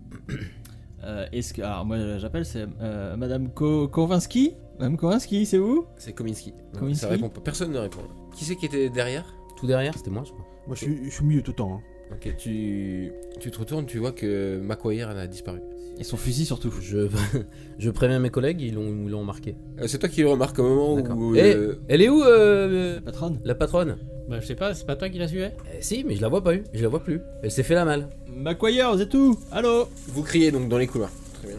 [SPEAKER 4] Euh, Est-ce que alors moi j'appelle c'est euh, Madame Ko- Kovinsky Madame Kovinsky, c'est vous
[SPEAKER 1] C'est Kominski. Non,
[SPEAKER 4] Kominski
[SPEAKER 1] Ça répond pas. Personne ne répond. Qui c'est qui était derrière
[SPEAKER 3] Tout derrière, c'était moi, je crois.
[SPEAKER 2] moi, je suis, je suis au milieu tout le temps. hein.
[SPEAKER 1] Ok, tu, tu te retournes, tu vois que McQuire elle a disparu.
[SPEAKER 4] Et son fusil surtout.
[SPEAKER 3] Je, je préviens mes collègues, ils l'ont ils l'ont remarqué.
[SPEAKER 1] Euh, c'est toi qui le remarque au moment
[SPEAKER 3] D'accord.
[SPEAKER 1] où.
[SPEAKER 3] Eh
[SPEAKER 1] euh,
[SPEAKER 3] Elle est où euh,
[SPEAKER 4] La patronne
[SPEAKER 3] la patronne
[SPEAKER 5] Bah, je sais pas, c'est pas toi qui la suivais
[SPEAKER 3] Eh, Si, mais je la vois pas eu. Je la vois plus. Elle s'est fait la malle.
[SPEAKER 4] McQuire, vous êtes où Allô
[SPEAKER 1] Vous criez donc dans les couloirs.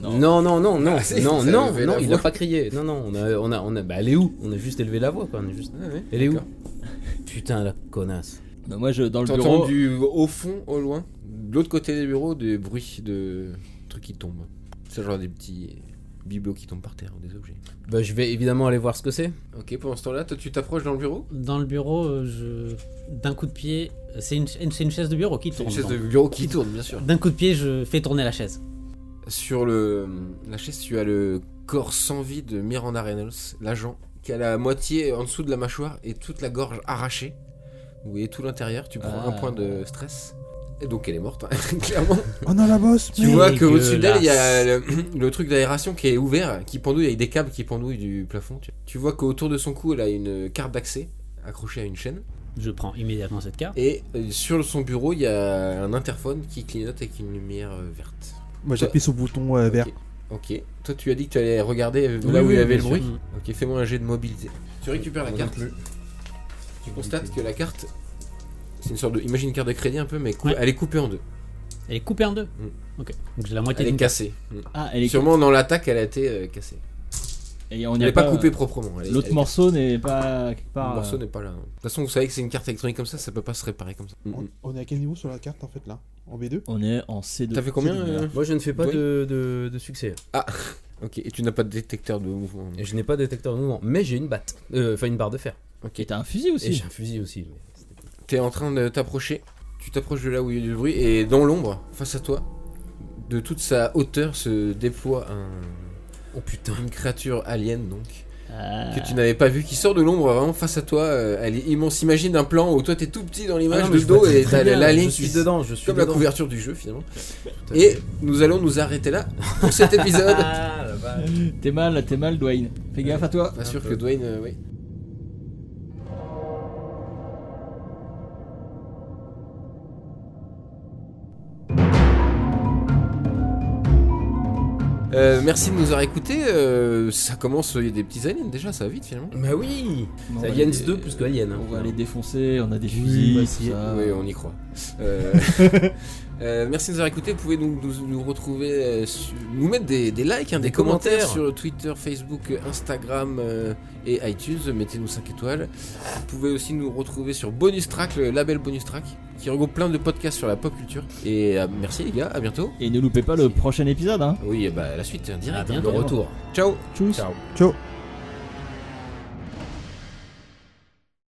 [SPEAKER 4] Non.
[SPEAKER 3] Non, non, non, non,
[SPEAKER 1] Ah, si,
[SPEAKER 3] non,
[SPEAKER 1] vous avez
[SPEAKER 3] non,
[SPEAKER 1] levé
[SPEAKER 3] non,
[SPEAKER 1] la
[SPEAKER 3] il
[SPEAKER 1] voix.
[SPEAKER 3] n'a pas crié. Non, non, on a, on a, on a, bah, elle est où On a juste élevé la voix, quoi. On est juste.
[SPEAKER 1] Ah ouais,
[SPEAKER 3] Elle est où
[SPEAKER 1] d'accord.
[SPEAKER 3] Putain, la connasse.
[SPEAKER 4] Non, Bah, Moi je dans le
[SPEAKER 1] T'entends
[SPEAKER 4] bureau.
[SPEAKER 1] du au fond, au loin, de l'autre côté des bureaux, des bruits de trucs qui tombent. C'est genre des petits bibelots qui tombent par terre ou des objets.
[SPEAKER 3] Bah, je vais évidemment aller voir ce que c'est.
[SPEAKER 1] Ok, pendant ce temps-là, toi tu t'approches dans le bureau
[SPEAKER 5] Dans le bureau, euh, je... d'un coup de pied, euh, c'est une, c'est une chaise de bureau qui
[SPEAKER 1] C'est
[SPEAKER 5] tourne.
[SPEAKER 1] une chaise
[SPEAKER 5] donc.
[SPEAKER 1] de bureau qui tourne, bien sûr.
[SPEAKER 5] D'un coup de pied, je fais tourner la chaise.
[SPEAKER 1] Sur le, la chaise, tu as le corps sans vie de Miranda Reynolds, l'agent, qui a la moitié en dessous de la mâchoire et toute la gorge arrachée. Vous voyez tout l'intérieur, tu prends
[SPEAKER 4] Ah.
[SPEAKER 1] un point de stress. Et donc elle est morte, hein, clairement.
[SPEAKER 2] Oh non, la bosse
[SPEAKER 1] Tu vois
[SPEAKER 5] Dégueulasse.
[SPEAKER 1] qu'au-dessus d'elle, il y a le, le truc d'aération qui est ouvert, qui pendouille avec des câbles qui pendouillent du plafond. Tu, tu vois qu'autour de son cou, elle a une carte d'accès accrochée à une chaîne.
[SPEAKER 5] Je prends immédiatement cette carte.
[SPEAKER 1] Et euh, sur son bureau, il y a un interphone qui clignote avec une lumière euh, verte.
[SPEAKER 2] Moi, j'appuie sur le bouton euh, vert.
[SPEAKER 1] Ok. Ok. Toi, tu as dit que tu allais regarder là où il y avait le bruit. Ok, fais-moi un jet de mobilité. Tu récupères la carte. Tu constates que la carte C'est une sorte de. Imagine une carte de crédit un peu, mais cou- elle est coupée en deux.
[SPEAKER 5] Elle est coupée en deux
[SPEAKER 1] Mm.
[SPEAKER 5] Ok. Donc j'ai la moitié
[SPEAKER 1] Elle est
[SPEAKER 5] d'une carte.
[SPEAKER 1] cassée. Mm.
[SPEAKER 4] Ah, elle est
[SPEAKER 1] Sûrement dans l'attaque, elle a été euh, cassée.
[SPEAKER 4] Et on
[SPEAKER 1] Elle
[SPEAKER 4] n'y a euh,
[SPEAKER 1] est pas coupée proprement, elle est-
[SPEAKER 4] L'autre
[SPEAKER 1] elle est-
[SPEAKER 4] morceau n'est pas quelque
[SPEAKER 1] Le
[SPEAKER 4] part.
[SPEAKER 1] morceau
[SPEAKER 4] euh,
[SPEAKER 1] n'est pas là. non. De toute façon, vous savez que c'est une carte électronique comme ça, ça peut pas se réparer comme ça. Mm.
[SPEAKER 2] On est à quel niveau sur la carte en fait là En B2
[SPEAKER 4] On est en C2.
[SPEAKER 1] T'as fait combien euh,
[SPEAKER 3] Moi, je ne fais pas
[SPEAKER 1] Dwayne
[SPEAKER 3] de, de- de succès.
[SPEAKER 1] Ah Ok, et tu n'as pas de détecteur de mouvement.
[SPEAKER 3] Et je n'ai pas de détecteur de mouvement, mais j'ai une batte. Euh, Enfin, une barre de fer.
[SPEAKER 1] Ok.
[SPEAKER 4] Et t'as un fusil
[SPEAKER 3] Et
[SPEAKER 4] aussi.
[SPEAKER 3] j'ai un fusil aussi. mais c'était-
[SPEAKER 1] T'es en train de t'approcher, tu t'approches de là où il y a du bruit, et dans l'ombre, face à toi, de toute sa hauteur se déploie un... Oh putain, une créature alien donc,
[SPEAKER 4] Ah.
[SPEAKER 1] que tu n'avais pas vue, qui sort de l'ombre vraiment face à toi, euh, elle est immense, imagine un plan où toi t'es tout petit dans
[SPEAKER 3] Ah
[SPEAKER 1] l'image
[SPEAKER 3] non, mais
[SPEAKER 1] de
[SPEAKER 3] je
[SPEAKER 1] dos,
[SPEAKER 3] vois très
[SPEAKER 1] et t'as
[SPEAKER 3] bien,
[SPEAKER 1] l'alien
[SPEAKER 3] Je
[SPEAKER 1] qui
[SPEAKER 3] suis dedans, je suis
[SPEAKER 1] Comme la
[SPEAKER 3] dedans.
[SPEAKER 1] couverture du jeu finalement.
[SPEAKER 3] Tout à
[SPEAKER 1] Et
[SPEAKER 3] fait.
[SPEAKER 1] nous allons nous arrêter là pour cet épisode.
[SPEAKER 3] Ah, la vache.
[SPEAKER 4] T'es mal, t'es mal, Dwayne. Fais gaffe à toi.
[SPEAKER 1] Pas sûr que Dwayne, euh, oui. Euh, merci de nous avoir écoutés. euh, ça commence, il y a des petits aliens déjà, ça va vite finalement.
[SPEAKER 3] Bah oui
[SPEAKER 4] Bon,
[SPEAKER 3] C'est
[SPEAKER 4] on va
[SPEAKER 3] Aliens
[SPEAKER 4] les-
[SPEAKER 3] 2 plus que Alien. hein.
[SPEAKER 4] On va les défoncer, on a des fusils.
[SPEAKER 2] bah,
[SPEAKER 4] tout
[SPEAKER 2] si.
[SPEAKER 4] ça.
[SPEAKER 1] Oui, on y croit. Euh, euh, merci de nous avoir écoutés. Vous pouvez nous, nous, nous retrouver, euh, su- nous mettre des, des likes, hein, des,
[SPEAKER 3] Des
[SPEAKER 1] commentaires.
[SPEAKER 3] commentaires.
[SPEAKER 1] sur Twitter, Facebook, euh, Instagram euh, et iTunes. Mettez-nous 5 étoiles. Vous pouvez aussi nous retrouver sur Bonus Track, le label Bonus Track, qui regroupe plein de podcasts sur la pop culture. Et euh, merci les gars, à bientôt.
[SPEAKER 4] Et ne loupez pas le prochain épisode. Hein.
[SPEAKER 1] Oui, bah à la suite, direct.
[SPEAKER 5] À
[SPEAKER 1] hein.
[SPEAKER 3] Le retour.
[SPEAKER 1] Ciao
[SPEAKER 4] Tchuss.
[SPEAKER 2] Ciao